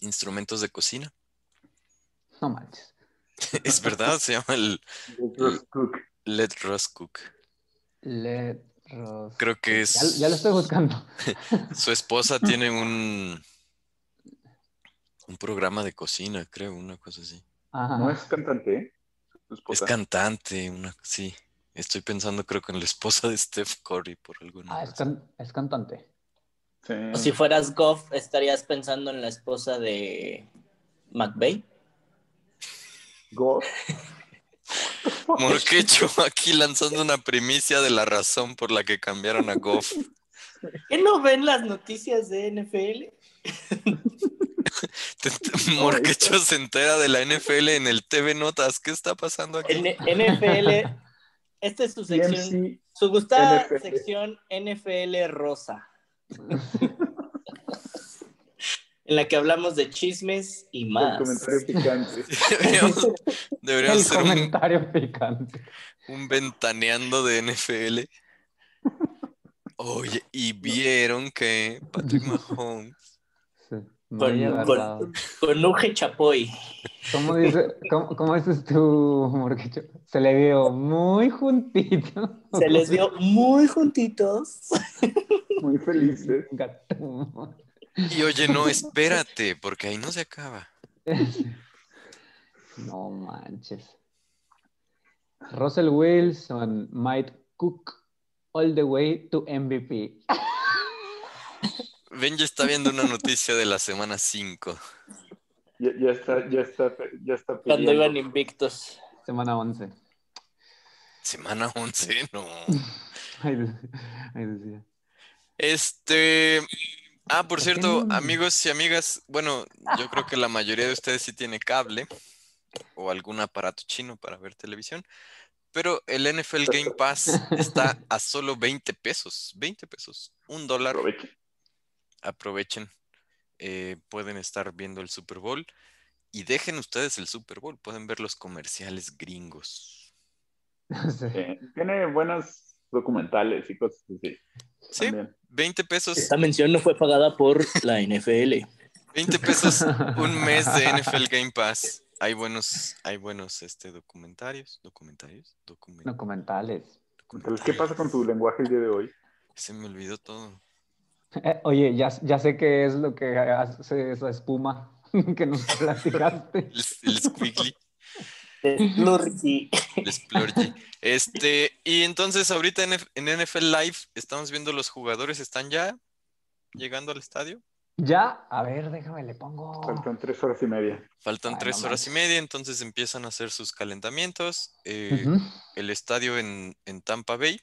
instrumentos de cocina. No manches. Es verdad, se llama el Pues, Entonces, Cook, Let Russ Cook. Letros. Creo que es. Ya, ya lo estoy buscando. Su esposa tiene un. Un programa de cocina, creo, una cosa así. Ajá. no es cantante, ¿eh? Su Es esposa. cantante, una. Sí. Estoy pensando, creo, que en la esposa de Steph Curry, por alguna Ah, es, razón. can- es cantante. Sí. o si fueras Goff, estarías pensando en la esposa de McVeigh. Go. Morquecho aquí lanzando una primicia de la razón por la que cambiaron a Goff. ¿Qué no ven las noticias de NFL? Te- te- Morquecho se entera de la NFL en el TV Notas. ¿Qué está pasando aquí? N- NFL, esta es su sección, TMC, su gustada NFL. sección NFL Rosa, en la que hablamos de chismes y el más. comentario picante. Deberíamos, deberíamos El hacer un, comentario picante. Un ventaneando de NFL. Oye, y vieron que Patrick Mahomes Sí. Muy Con, agarrado. con, con Uge Chapoy. ¿Cómo, dice- cómo- cómo dices tú, Morquecho? Se le vio muy juntito. Se les vio muy juntitos. Muy felices. Gato. Y oye, no, espérate, porque ahí no se acaba. No manches. Russell Wilson might cook all the way to MVP. Ben ya está viendo una noticia de la semana 5. Ya, ya está, ya está, ya está Cuando iban pidiendo. invictos. Semana 11. Semana 11, no. Ahí de- ahí decía. Este. Ah, por cierto, Atiéndeme. amigos y amigas, bueno, yo creo que la mayoría de ustedes sí tiene cable o algún aparato chino para ver televisión, pero el NFL Game Pass está a solo 20 pesos, 20 pesos, un dólar. Aprovechen. aprovechen, eh, pueden estar viendo el Super Bowl y dejen ustedes el Super Bowl, pueden ver los comerciales gringos. No sé. Eh, tiene buenos documentales y cosas así. Sí, también. 20 pesos, Esta mención no fue pagada por la NFL. 20 pesos un mes de NFL Game Pass. Hay buenos, hay buenos este, documentarios, documentarios, documen- Documentales. Entonces, ¿qué pasa con tu lenguaje el día de hoy? Se me olvidó todo. Eh, oye, ya, ya sé qué es lo que hace esa espuma que nos platicaste. El, el squiggly, Lurky. el splurgy. Este, y entonces ahorita en, F- en NFL Live estamos viendo los jugadores, ¿están ya llegando al estadio? Ya, a ver, déjame, le pongo. Oh. Faltan tres horas y media. Faltan Ay, tres no horas y manches. media, entonces empiezan a hacer sus calentamientos. eh, Ujú. El estadio en, en Tampa Bay,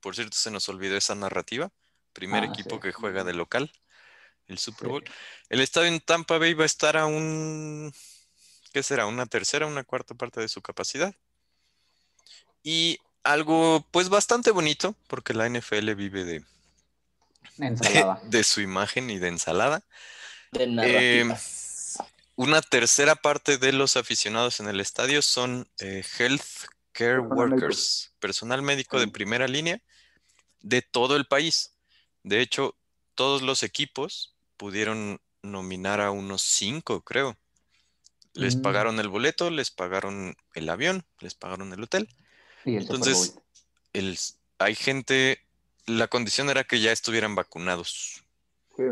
por cierto, se nos olvidó esa narrativa. Primer Ah, equipo sí. que juega de local, el Super Sí. Bowl. El estadio en Tampa Bay va a estar a un, ¿qué será? Una tercera, una cuarta parte de su capacidad. Y algo, pues, bastante bonito, porque la NFL vive de, Ensalada. de su imagen y de ensalada. De narrativas. Em. Una tercera parte de los aficionados en el estadio son eh, health care Personal workers, personal médico de Sí. primera línea de todo el país. De hecho, todos los equipos pudieron nominar a unos cinco, creo. Les Mm. pagaron el boleto, les pagaron el avión, les pagaron el hotel. Y el Entonces, Super Bowl. El, hay gente, la condición era que ya estuvieran vacunados. Sí.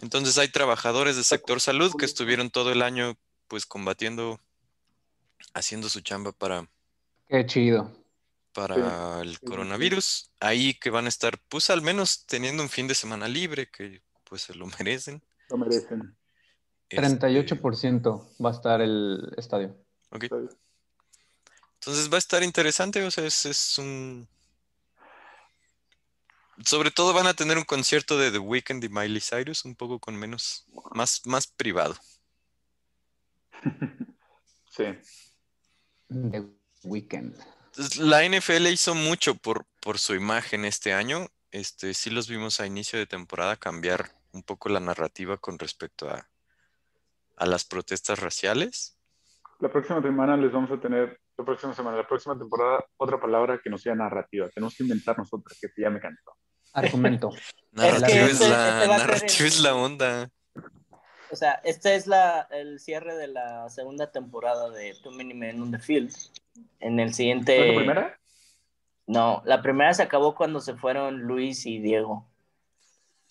Entonces hay trabajadores del sector salud que estuvieron todo el año pues combatiendo, haciendo su chamba para, Qué chido. para el sí. coronavirus. Ahí que van a estar pues al menos teniendo un fin de semana libre que pues se lo merecen. Lo merecen. Este, 38% va a estar el estadio. ok. ¿sabes? Entonces va a estar interesante, o sea, es, es un... Sobre todo van a tener un concierto de The Weeknd y Miley Cyrus, un poco con menos, más, más privado. Sí. The Weekend. Entonces, La NFL hizo mucho por, por su imagen este año. Este, sí los vimos a inicio de temporada cambiar un poco la narrativa con respecto a, a las protestas raciales. La próxima semana les vamos a tener, la próxima semana, la próxima temporada, otra palabra que no sea narrativa. Tenemos que inventar nosotros, que ya me cansó. Argumento. Narrativa es, la, ese- ese va a ser narrativa el- es la onda. O sea, este es la, el cierre de la segunda temporada de Too Many Men on the Field. En el ¿Fue siguiente. la primera? No, la primera se acabó cuando se fueron Luis y Diego.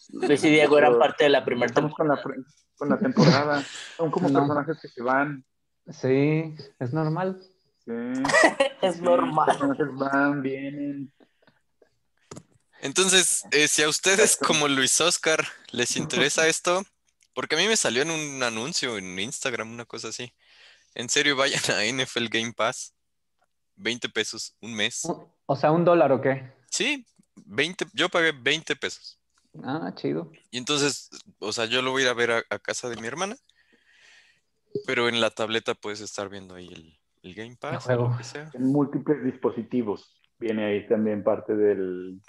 Luis y Diego eran Pero parte de la primera Estamos temporada. con la, pre- con la temporada. Son como No. personajes que se van. Sí, es normal. Sí. Es Sí, normal. Personajes van, vienen. Entonces, eh, si a ustedes Exacto. como Luis Oscar les interesa esto, porque a mí me salió en un anuncio en Instagram, una cosa así. En serio, vayan a NFL Game Pass. 20 pesos, un mes. O- O sea, un dólar o qué. Sí, 20, yo pagué 20 pesos. Ah, chido. Y entonces, o sea, yo lo voy a ir a ver a, a casa de mi hermana, pero en la tableta puedes estar viendo ahí el, el Game Pass. o juego. lo que sea. En múltiples dispositivos. Viene ahí también parte del.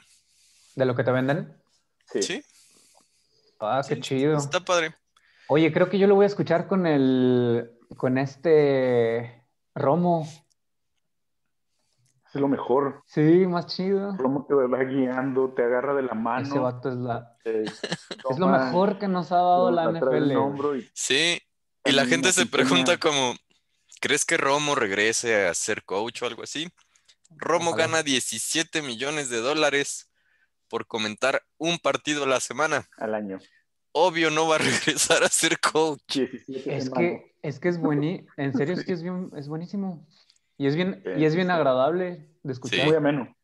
¿De lo que te venden? Sí. Sí, Ah, qué Sí, chido. está padre. Oye, creo que yo lo voy a escuchar con el. con este. Romo. Es lo mejor. Sí, más chido. Romo te va guiando, te agarra de la Ese mano. vato es la... te Es lo toma, mejor que nos ha dado la atrás del NFL. hombro y Sí, y la También gente la se quitona. pregunta como, ¿crees que Romo regrese a ser coach o algo así? Romo Ojalá. gana 17 millones de dólares por comentar un partido a la semana. al año. Obvio no va a regresar a ser coach. 17 Es semanas. que, es que es buenísimo. En serio, es que es, bien, es buenísimo. Y es bien, Sí, y es bien sí. agradable de escuchar. Muy ameno.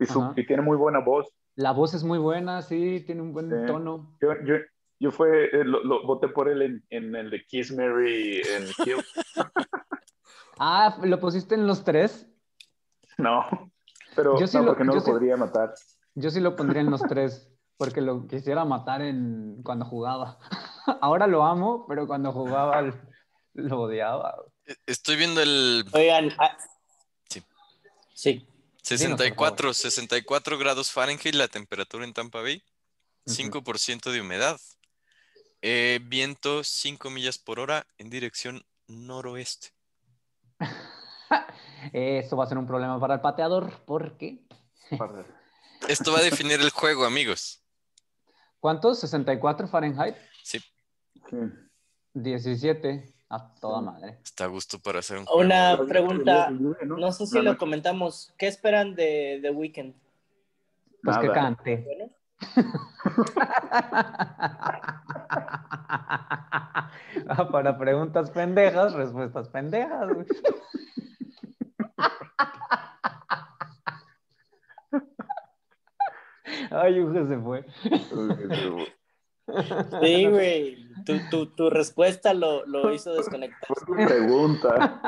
Y, su- Ajá. y tiene muy buena voz. La voz es muy buena, sí, tiene un buen Sí. tono. Yo, yo, yo fue, eh, lo, lo- voté por él en, en el de Kiss Mary en Kill. Ah, ¿lo pusiste en los tres? No, pero Yo sí no, lo- porque no yo lo sí- podría matar. Yo sí lo pondría en los tres, porque lo quisiera matar en cuando jugaba. Ahora lo amo, pero cuando jugaba lo- lo odiaba. E- Estoy viendo el Oigan, ah, Sí. Sí. 64, 64 grados Fahrenheit la temperatura en Tampa Bay, Ujú. 5% de humedad, eh, viento 5 millas por hora en dirección noroeste. Eso va a ser un problema para el pateador, porque Para- Esto va a definir el juego, amigos. ¿cuántos? ¿64 Fahrenheit? sí. 17. A toda Sí. madre. Está a gusto para hacer un juego. Una Pero- pregunta. pero llueve, ¿no? No sé si No, lo no, comentamos. ¿Qué esperan de The Weeknd? Pues que nada. cante. Bueno, Ah, Para preguntas pendejas, respuestas pendejas. güey. Ay, Uge se fue. eh, sí, güey. Tu, tu, tu respuesta lo, lo hizo desconectar. Fue tu pregunta.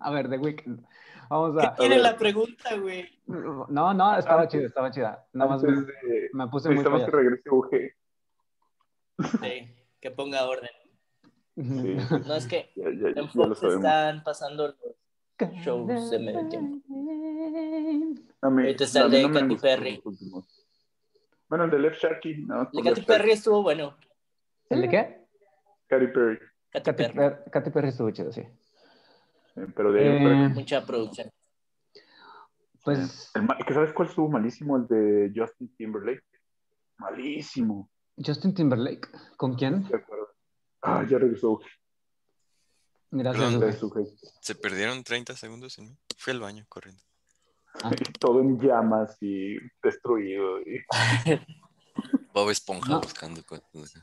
A ver, The Weeknd. Vamos a. Tiene la pregunta, güey. No, no, Ah, estaba chida, estaba chida. Nada más me, Antes de- me puse muy Necesitamos que payaso. regrese UG. Sí, que ponga orden. Sí, No es que ya, ya- ya en lo Fox sabemos. están pasando los shows de medio tiempo. A mí- Ahorita está a el mí de no me Katy gustó Perry. los últimos. Bueno, el de Left Sharky. No, El por de Katy Left Sharky. Perry estuvo bueno. ¿El de qué? Katy Perry. Katy Katy Perry, Per- Katy Perry estuvo chido, sí. Eh, Pero de ahí en fuera- Eh, mucha producción. Pues El ma- que ¿Sabes cuál estuvo malísimo? El de Justin Timberlake. Malísimo. Justin Timberlake, ¿con quién? ¿Te acuerdas? Ah, ya regresó UG. Gracias, Perdón. güey. Regresó UG. Se perdieron 30 segundos en mí. Fui al baño corriendo. Todo en llamas y destruido. y- Bob Esponja No. buscando cosas.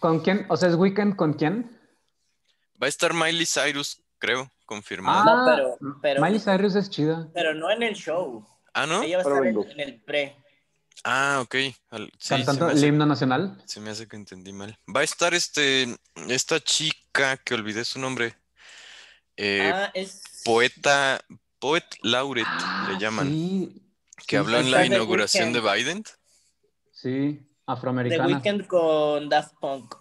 ¿Con quién? O sea, es Weekend con quién? Va a estar Miley Cyrus, creo, confirmada. Ah, pero- pero- Miley Cyrus es chida. Pero no en el show. Ah, ¿no? Ella va a Ahora estar en, vengo. en el pre. Ah, ok. Al- sí, se Cantando me el hace, himno nacional. se me hace que entendí mal. Va a estar este, esta chica que olvidé su nombre. Eh, ah, es. poeta, poet laureate Ah, le llaman, Sí, sí, que habló sí, en la está The inauguración de Biden. sí, The afroamericana. Weeknd con Daft Punk.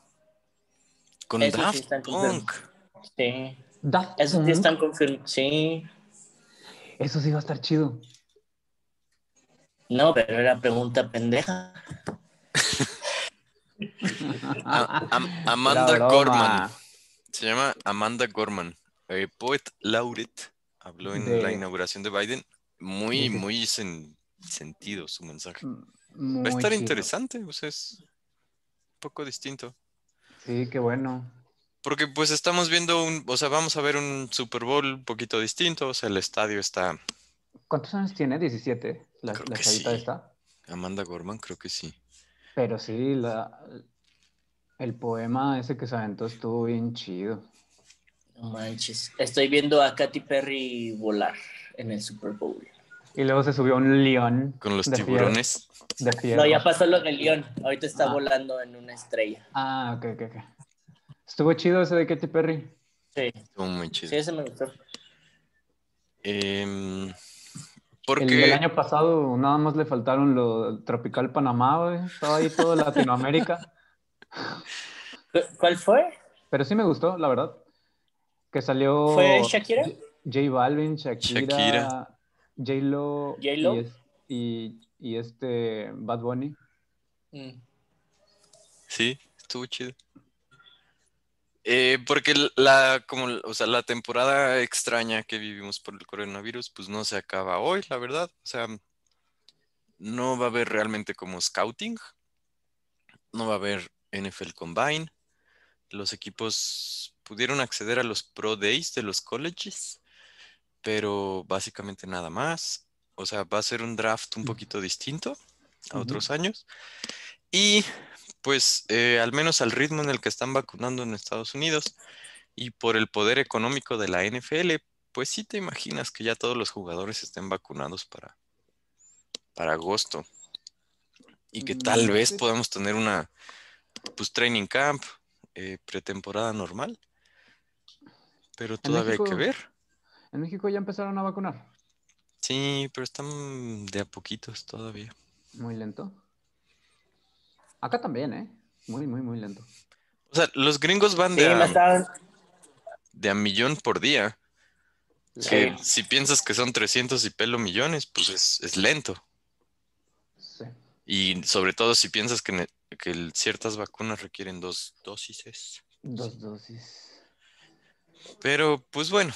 Con Eso sí Daft están Punk. Sí. Daft Eso Punk, sí están confirmados. Sí. eso sí va a estar chido. No, pero era pregunta pendeja. A- Am- La Amanda Ah, broma. Gorman. Se llama Amanda Gorman. eh, poet laureate. Habló en De- la inauguración de Biden. Muy, Dice- muy sen- sentido su mensaje. Muy Va a estar chido. interesante, o sea, es un poco distinto. Sí, qué bueno. Porque pues estamos viendo un, o sea, vamos a ver un Super Bowl un poquito distinto, o sea, el estadio está, ¿Cuántos años tiene? 17. La, Creo la que chavita sí. está. Amanda Gorman creo que sí. Pero sí, la, el poema ese que se aventó estuvo bien chido. No manches. Estoy viendo a Katy Perry volar en el Super Bowl. Y luego se subió un león. Con los de fier- tiburones. de fierro. No, ya pasó lo del León. Ahorita está Ah. volando en una estrella. Ah, ok, ok, ok. Estuvo chido ese de Katy Perry. Sí. Estuvo muy chido. Sí, ese me gustó. Em, El porque del año pasado nada más le faltaron lo Tropical Panamá, güey. Estaba ahí todo Latinoamérica. ¿Cu- ¿Cuál fue? Pero sí me gustó, la verdad. Que salió ¿Fue Shakira? J Balvin, Shakira, Shakira. J-Lo, J.Lo. Y, es- y- y este Bad Bunny. Mm. sí, estuvo chido. Eh, porque la, como, o sea, la temporada extraña que vivimos por el coronavirus, pues no se acaba hoy, la verdad. O sea, no va a haber realmente como scouting, no va a haber NFL Combine. Los equipos pudieron acceder a los Pro Days de los colleges, pero básicamente nada más. O sea, va a ser un draft un poquito distinto a otros años. Y pues eh, al menos al ritmo en el que están vacunando en Estados Unidos y por el poder económico de la NFL, pues sí te imaginas que ya todos los jugadores estén vacunados para, para agosto y que tal vez podamos tener una pues training camp, eh, pretemporada normal, pero todavía hay México- que ver. En México ya empezaron a vacunar. Sí, pero están de a poquitos todavía. Muy lento. Acá también, ¿eh? Muy, muy, muy lento. O sea, los gringos van Sí, de, me a, están- de a millón por día. Sí. Que si piensas que son 300 y pelo millones, pues es, es lento. Sí. Y sobre todo si piensas que, ne- que el- ciertas vacunas requieren dos dosis. Dos dosis. Pero pues bueno,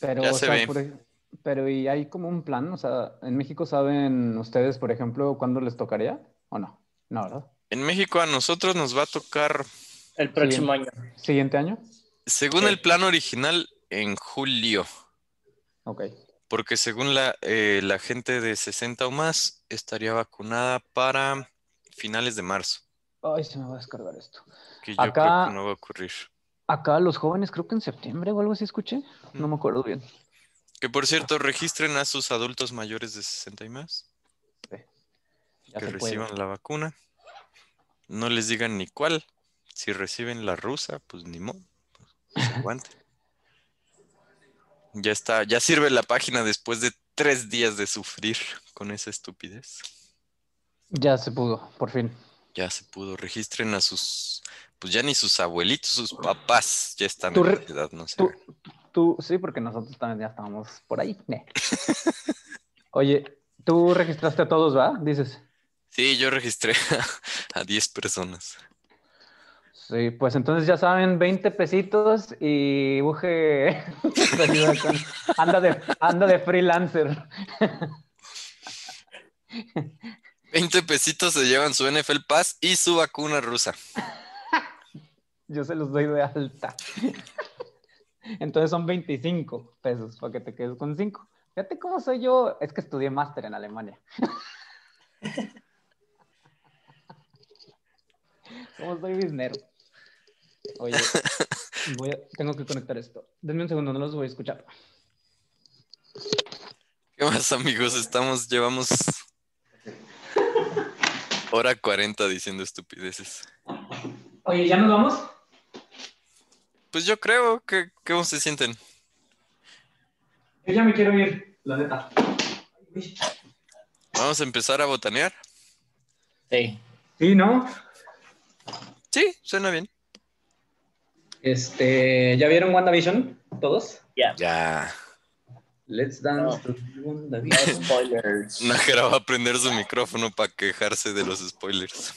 Pero, Ya o se sea, ve. por ej- pero y hay como un plan, o sea, en México saben ustedes, por ejemplo, cuándo les tocaría o no, no, ¿verdad? en México a nosotros nos va a tocar, El próximo año. Siguiente año, según Sí. el plan original, en julio. ok. Porque según la, eh, la gente de 60 o más estaría vacunada para finales de marzo. Ay, se me va a descargar esto. Que yo creo Acá- que no va a ocurrir. Acá los jóvenes, creo que en septiembre o algo así escuché, no me acuerdo bien. Mm. Que por cierto, registren a sus adultos mayores de 60 y más Ya que se puede. reciban la vacuna. No les digan ni cuál. Si reciben la rusa, pues ni modo. Pues, aguante. ya está, ya sirve la página después de tres días de sufrir con esa estupidez. Ya se pudo, por fin. Ya se pudo. Registren a sus, pues ya ni sus abuelitos, sus papás ya están Tú en la re- edad, no sé. Tú, tú, sí, porque nosotros también ya estábamos por ahí. ne. Oye, tú registraste a todos, ¿verdad? Dices. Sí, yo registré a, a 10 personas. Sí, pues entonces ya saben, 20 pesitos y buje. anda, de, anda de freelancer. 20 pesitos se llevan su NFL Pass y su vacuna rusa. Yo se los doy de alta. Entonces son 25 pesos para que te quedes con 5. Fíjate cómo soy yo. Es que estudié máster en Alemania. ¿Cómo soy bisnero? Oye, voy a- tengo que conectar esto. Denme un segundo, no los voy a escuchar. ¿Qué más, amigos? Estamos, llevamos hora 40 diciendo estupideces. Oye, ¿ya nos vamos? Pues yo creo que, ¿cómo se sienten? Yo ya me quiero ir, la neta. ¿Vamos a empezar a botanear? Sí. Sí, ¿no? Sí, suena bien. Este, ¿ya vieron WandaVision? ¿Todos? Ya. Ya. Let's dance to No spoilers. Nájera va a prender su micrófono para quejarse de los spoilers.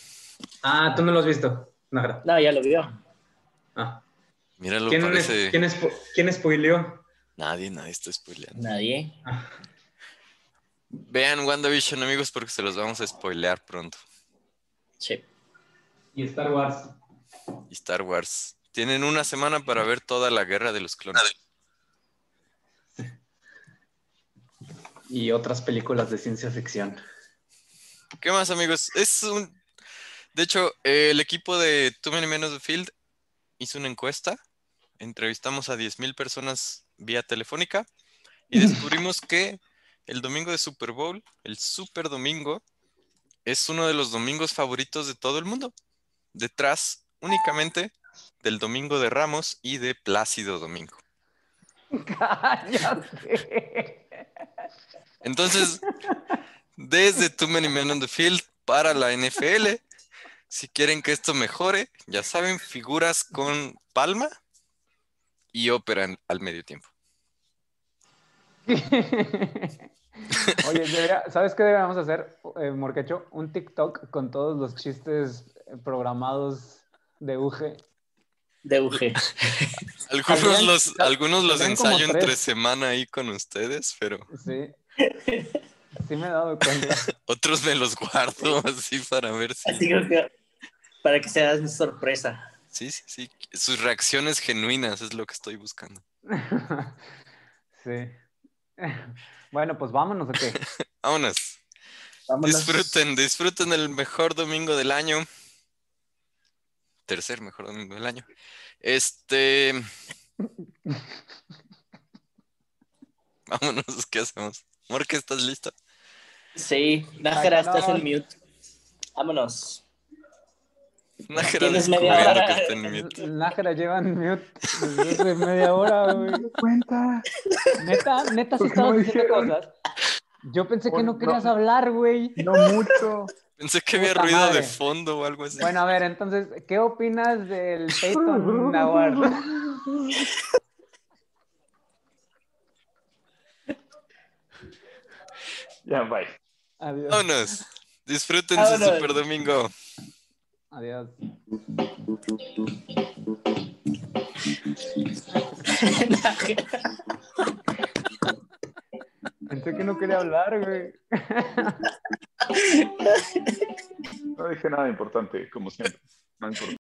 Ah, tú no lo has visto, Najra. No, ya lo vio. Ah. Míralo, ¿Quién, parece. quién spo- quién spoileó? Nadie, nadie está spoileando. Nadie. Ah. Vean WandaVision, amigos, porque se los vamos a spoilear pronto. Sí. Y Star Wars. Y Star Wars. Tienen una semana para ver toda la guerra de los clones. Y otras películas de ciencia ficción. ¿Qué más, amigos? Es un. De hecho, eh, el equipo de Too Many Men of the Field hizo una encuesta. Entrevistamos a 10.000 personas vía telefónica y descubrimos que el domingo de Super Bowl, el Super Domingo, es uno de los domingos favoritos de todo el mundo. Detrás únicamente del Domingo de Ramos y de Plácido Domingo. ¡Cállate! Entonces, desde Too Many Men on the Field para la NFL, si quieren que esto mejore, ya saben, figuras con palma y ópera en- al medio tiempo. Oye, debería- ¿sabes qué deberíamos hacer, eh, Morquecho? Un eh, TikTok con todos los chistes programados de UG. de UG. Algunos Habrían- los, algunos los habrían como ensayo entre tres. semana ahí con ustedes, pero Sí. Sí me he dado cuenta. otros me los guardo así para ver si. Así que para que sea sorpresa. Sí, sí, sí. Sus reacciones genuinas es lo que estoy buscando. Sí. Bueno, pues vámonos, ¿o qué? Vámonos. Vámonos. Disfruten, disfruten el mejor domingo del año. Tercer mejor domingo del año. Este. Vámonos, ¿qué hacemos? Morque, ¿estás listo? Sí, Nájera, estás en Vámonos. mute. Vámonos. Nájera Tienes media descubriendo hora. que está en mute. Nájera llevan mute desde hace media hora, güey. me doy cuenta. Neta, neta, sí ¿Por qué no estabas diciendo dijeron? cosas. Yo pensé que Por- no no. querías hablar, güey. No mucho. Pensé que había Puta ruido madre. de fondo o algo así. Bueno, a ver, entonces, ¿qué opinas del Peyton Award? Ya, bye. Adiós. Vámonos. Disfruten su Vámonos. super domingo. Adiós. Nájera. Pensé que no quería hablar, güey. No dije nada importante, como siempre. No importa.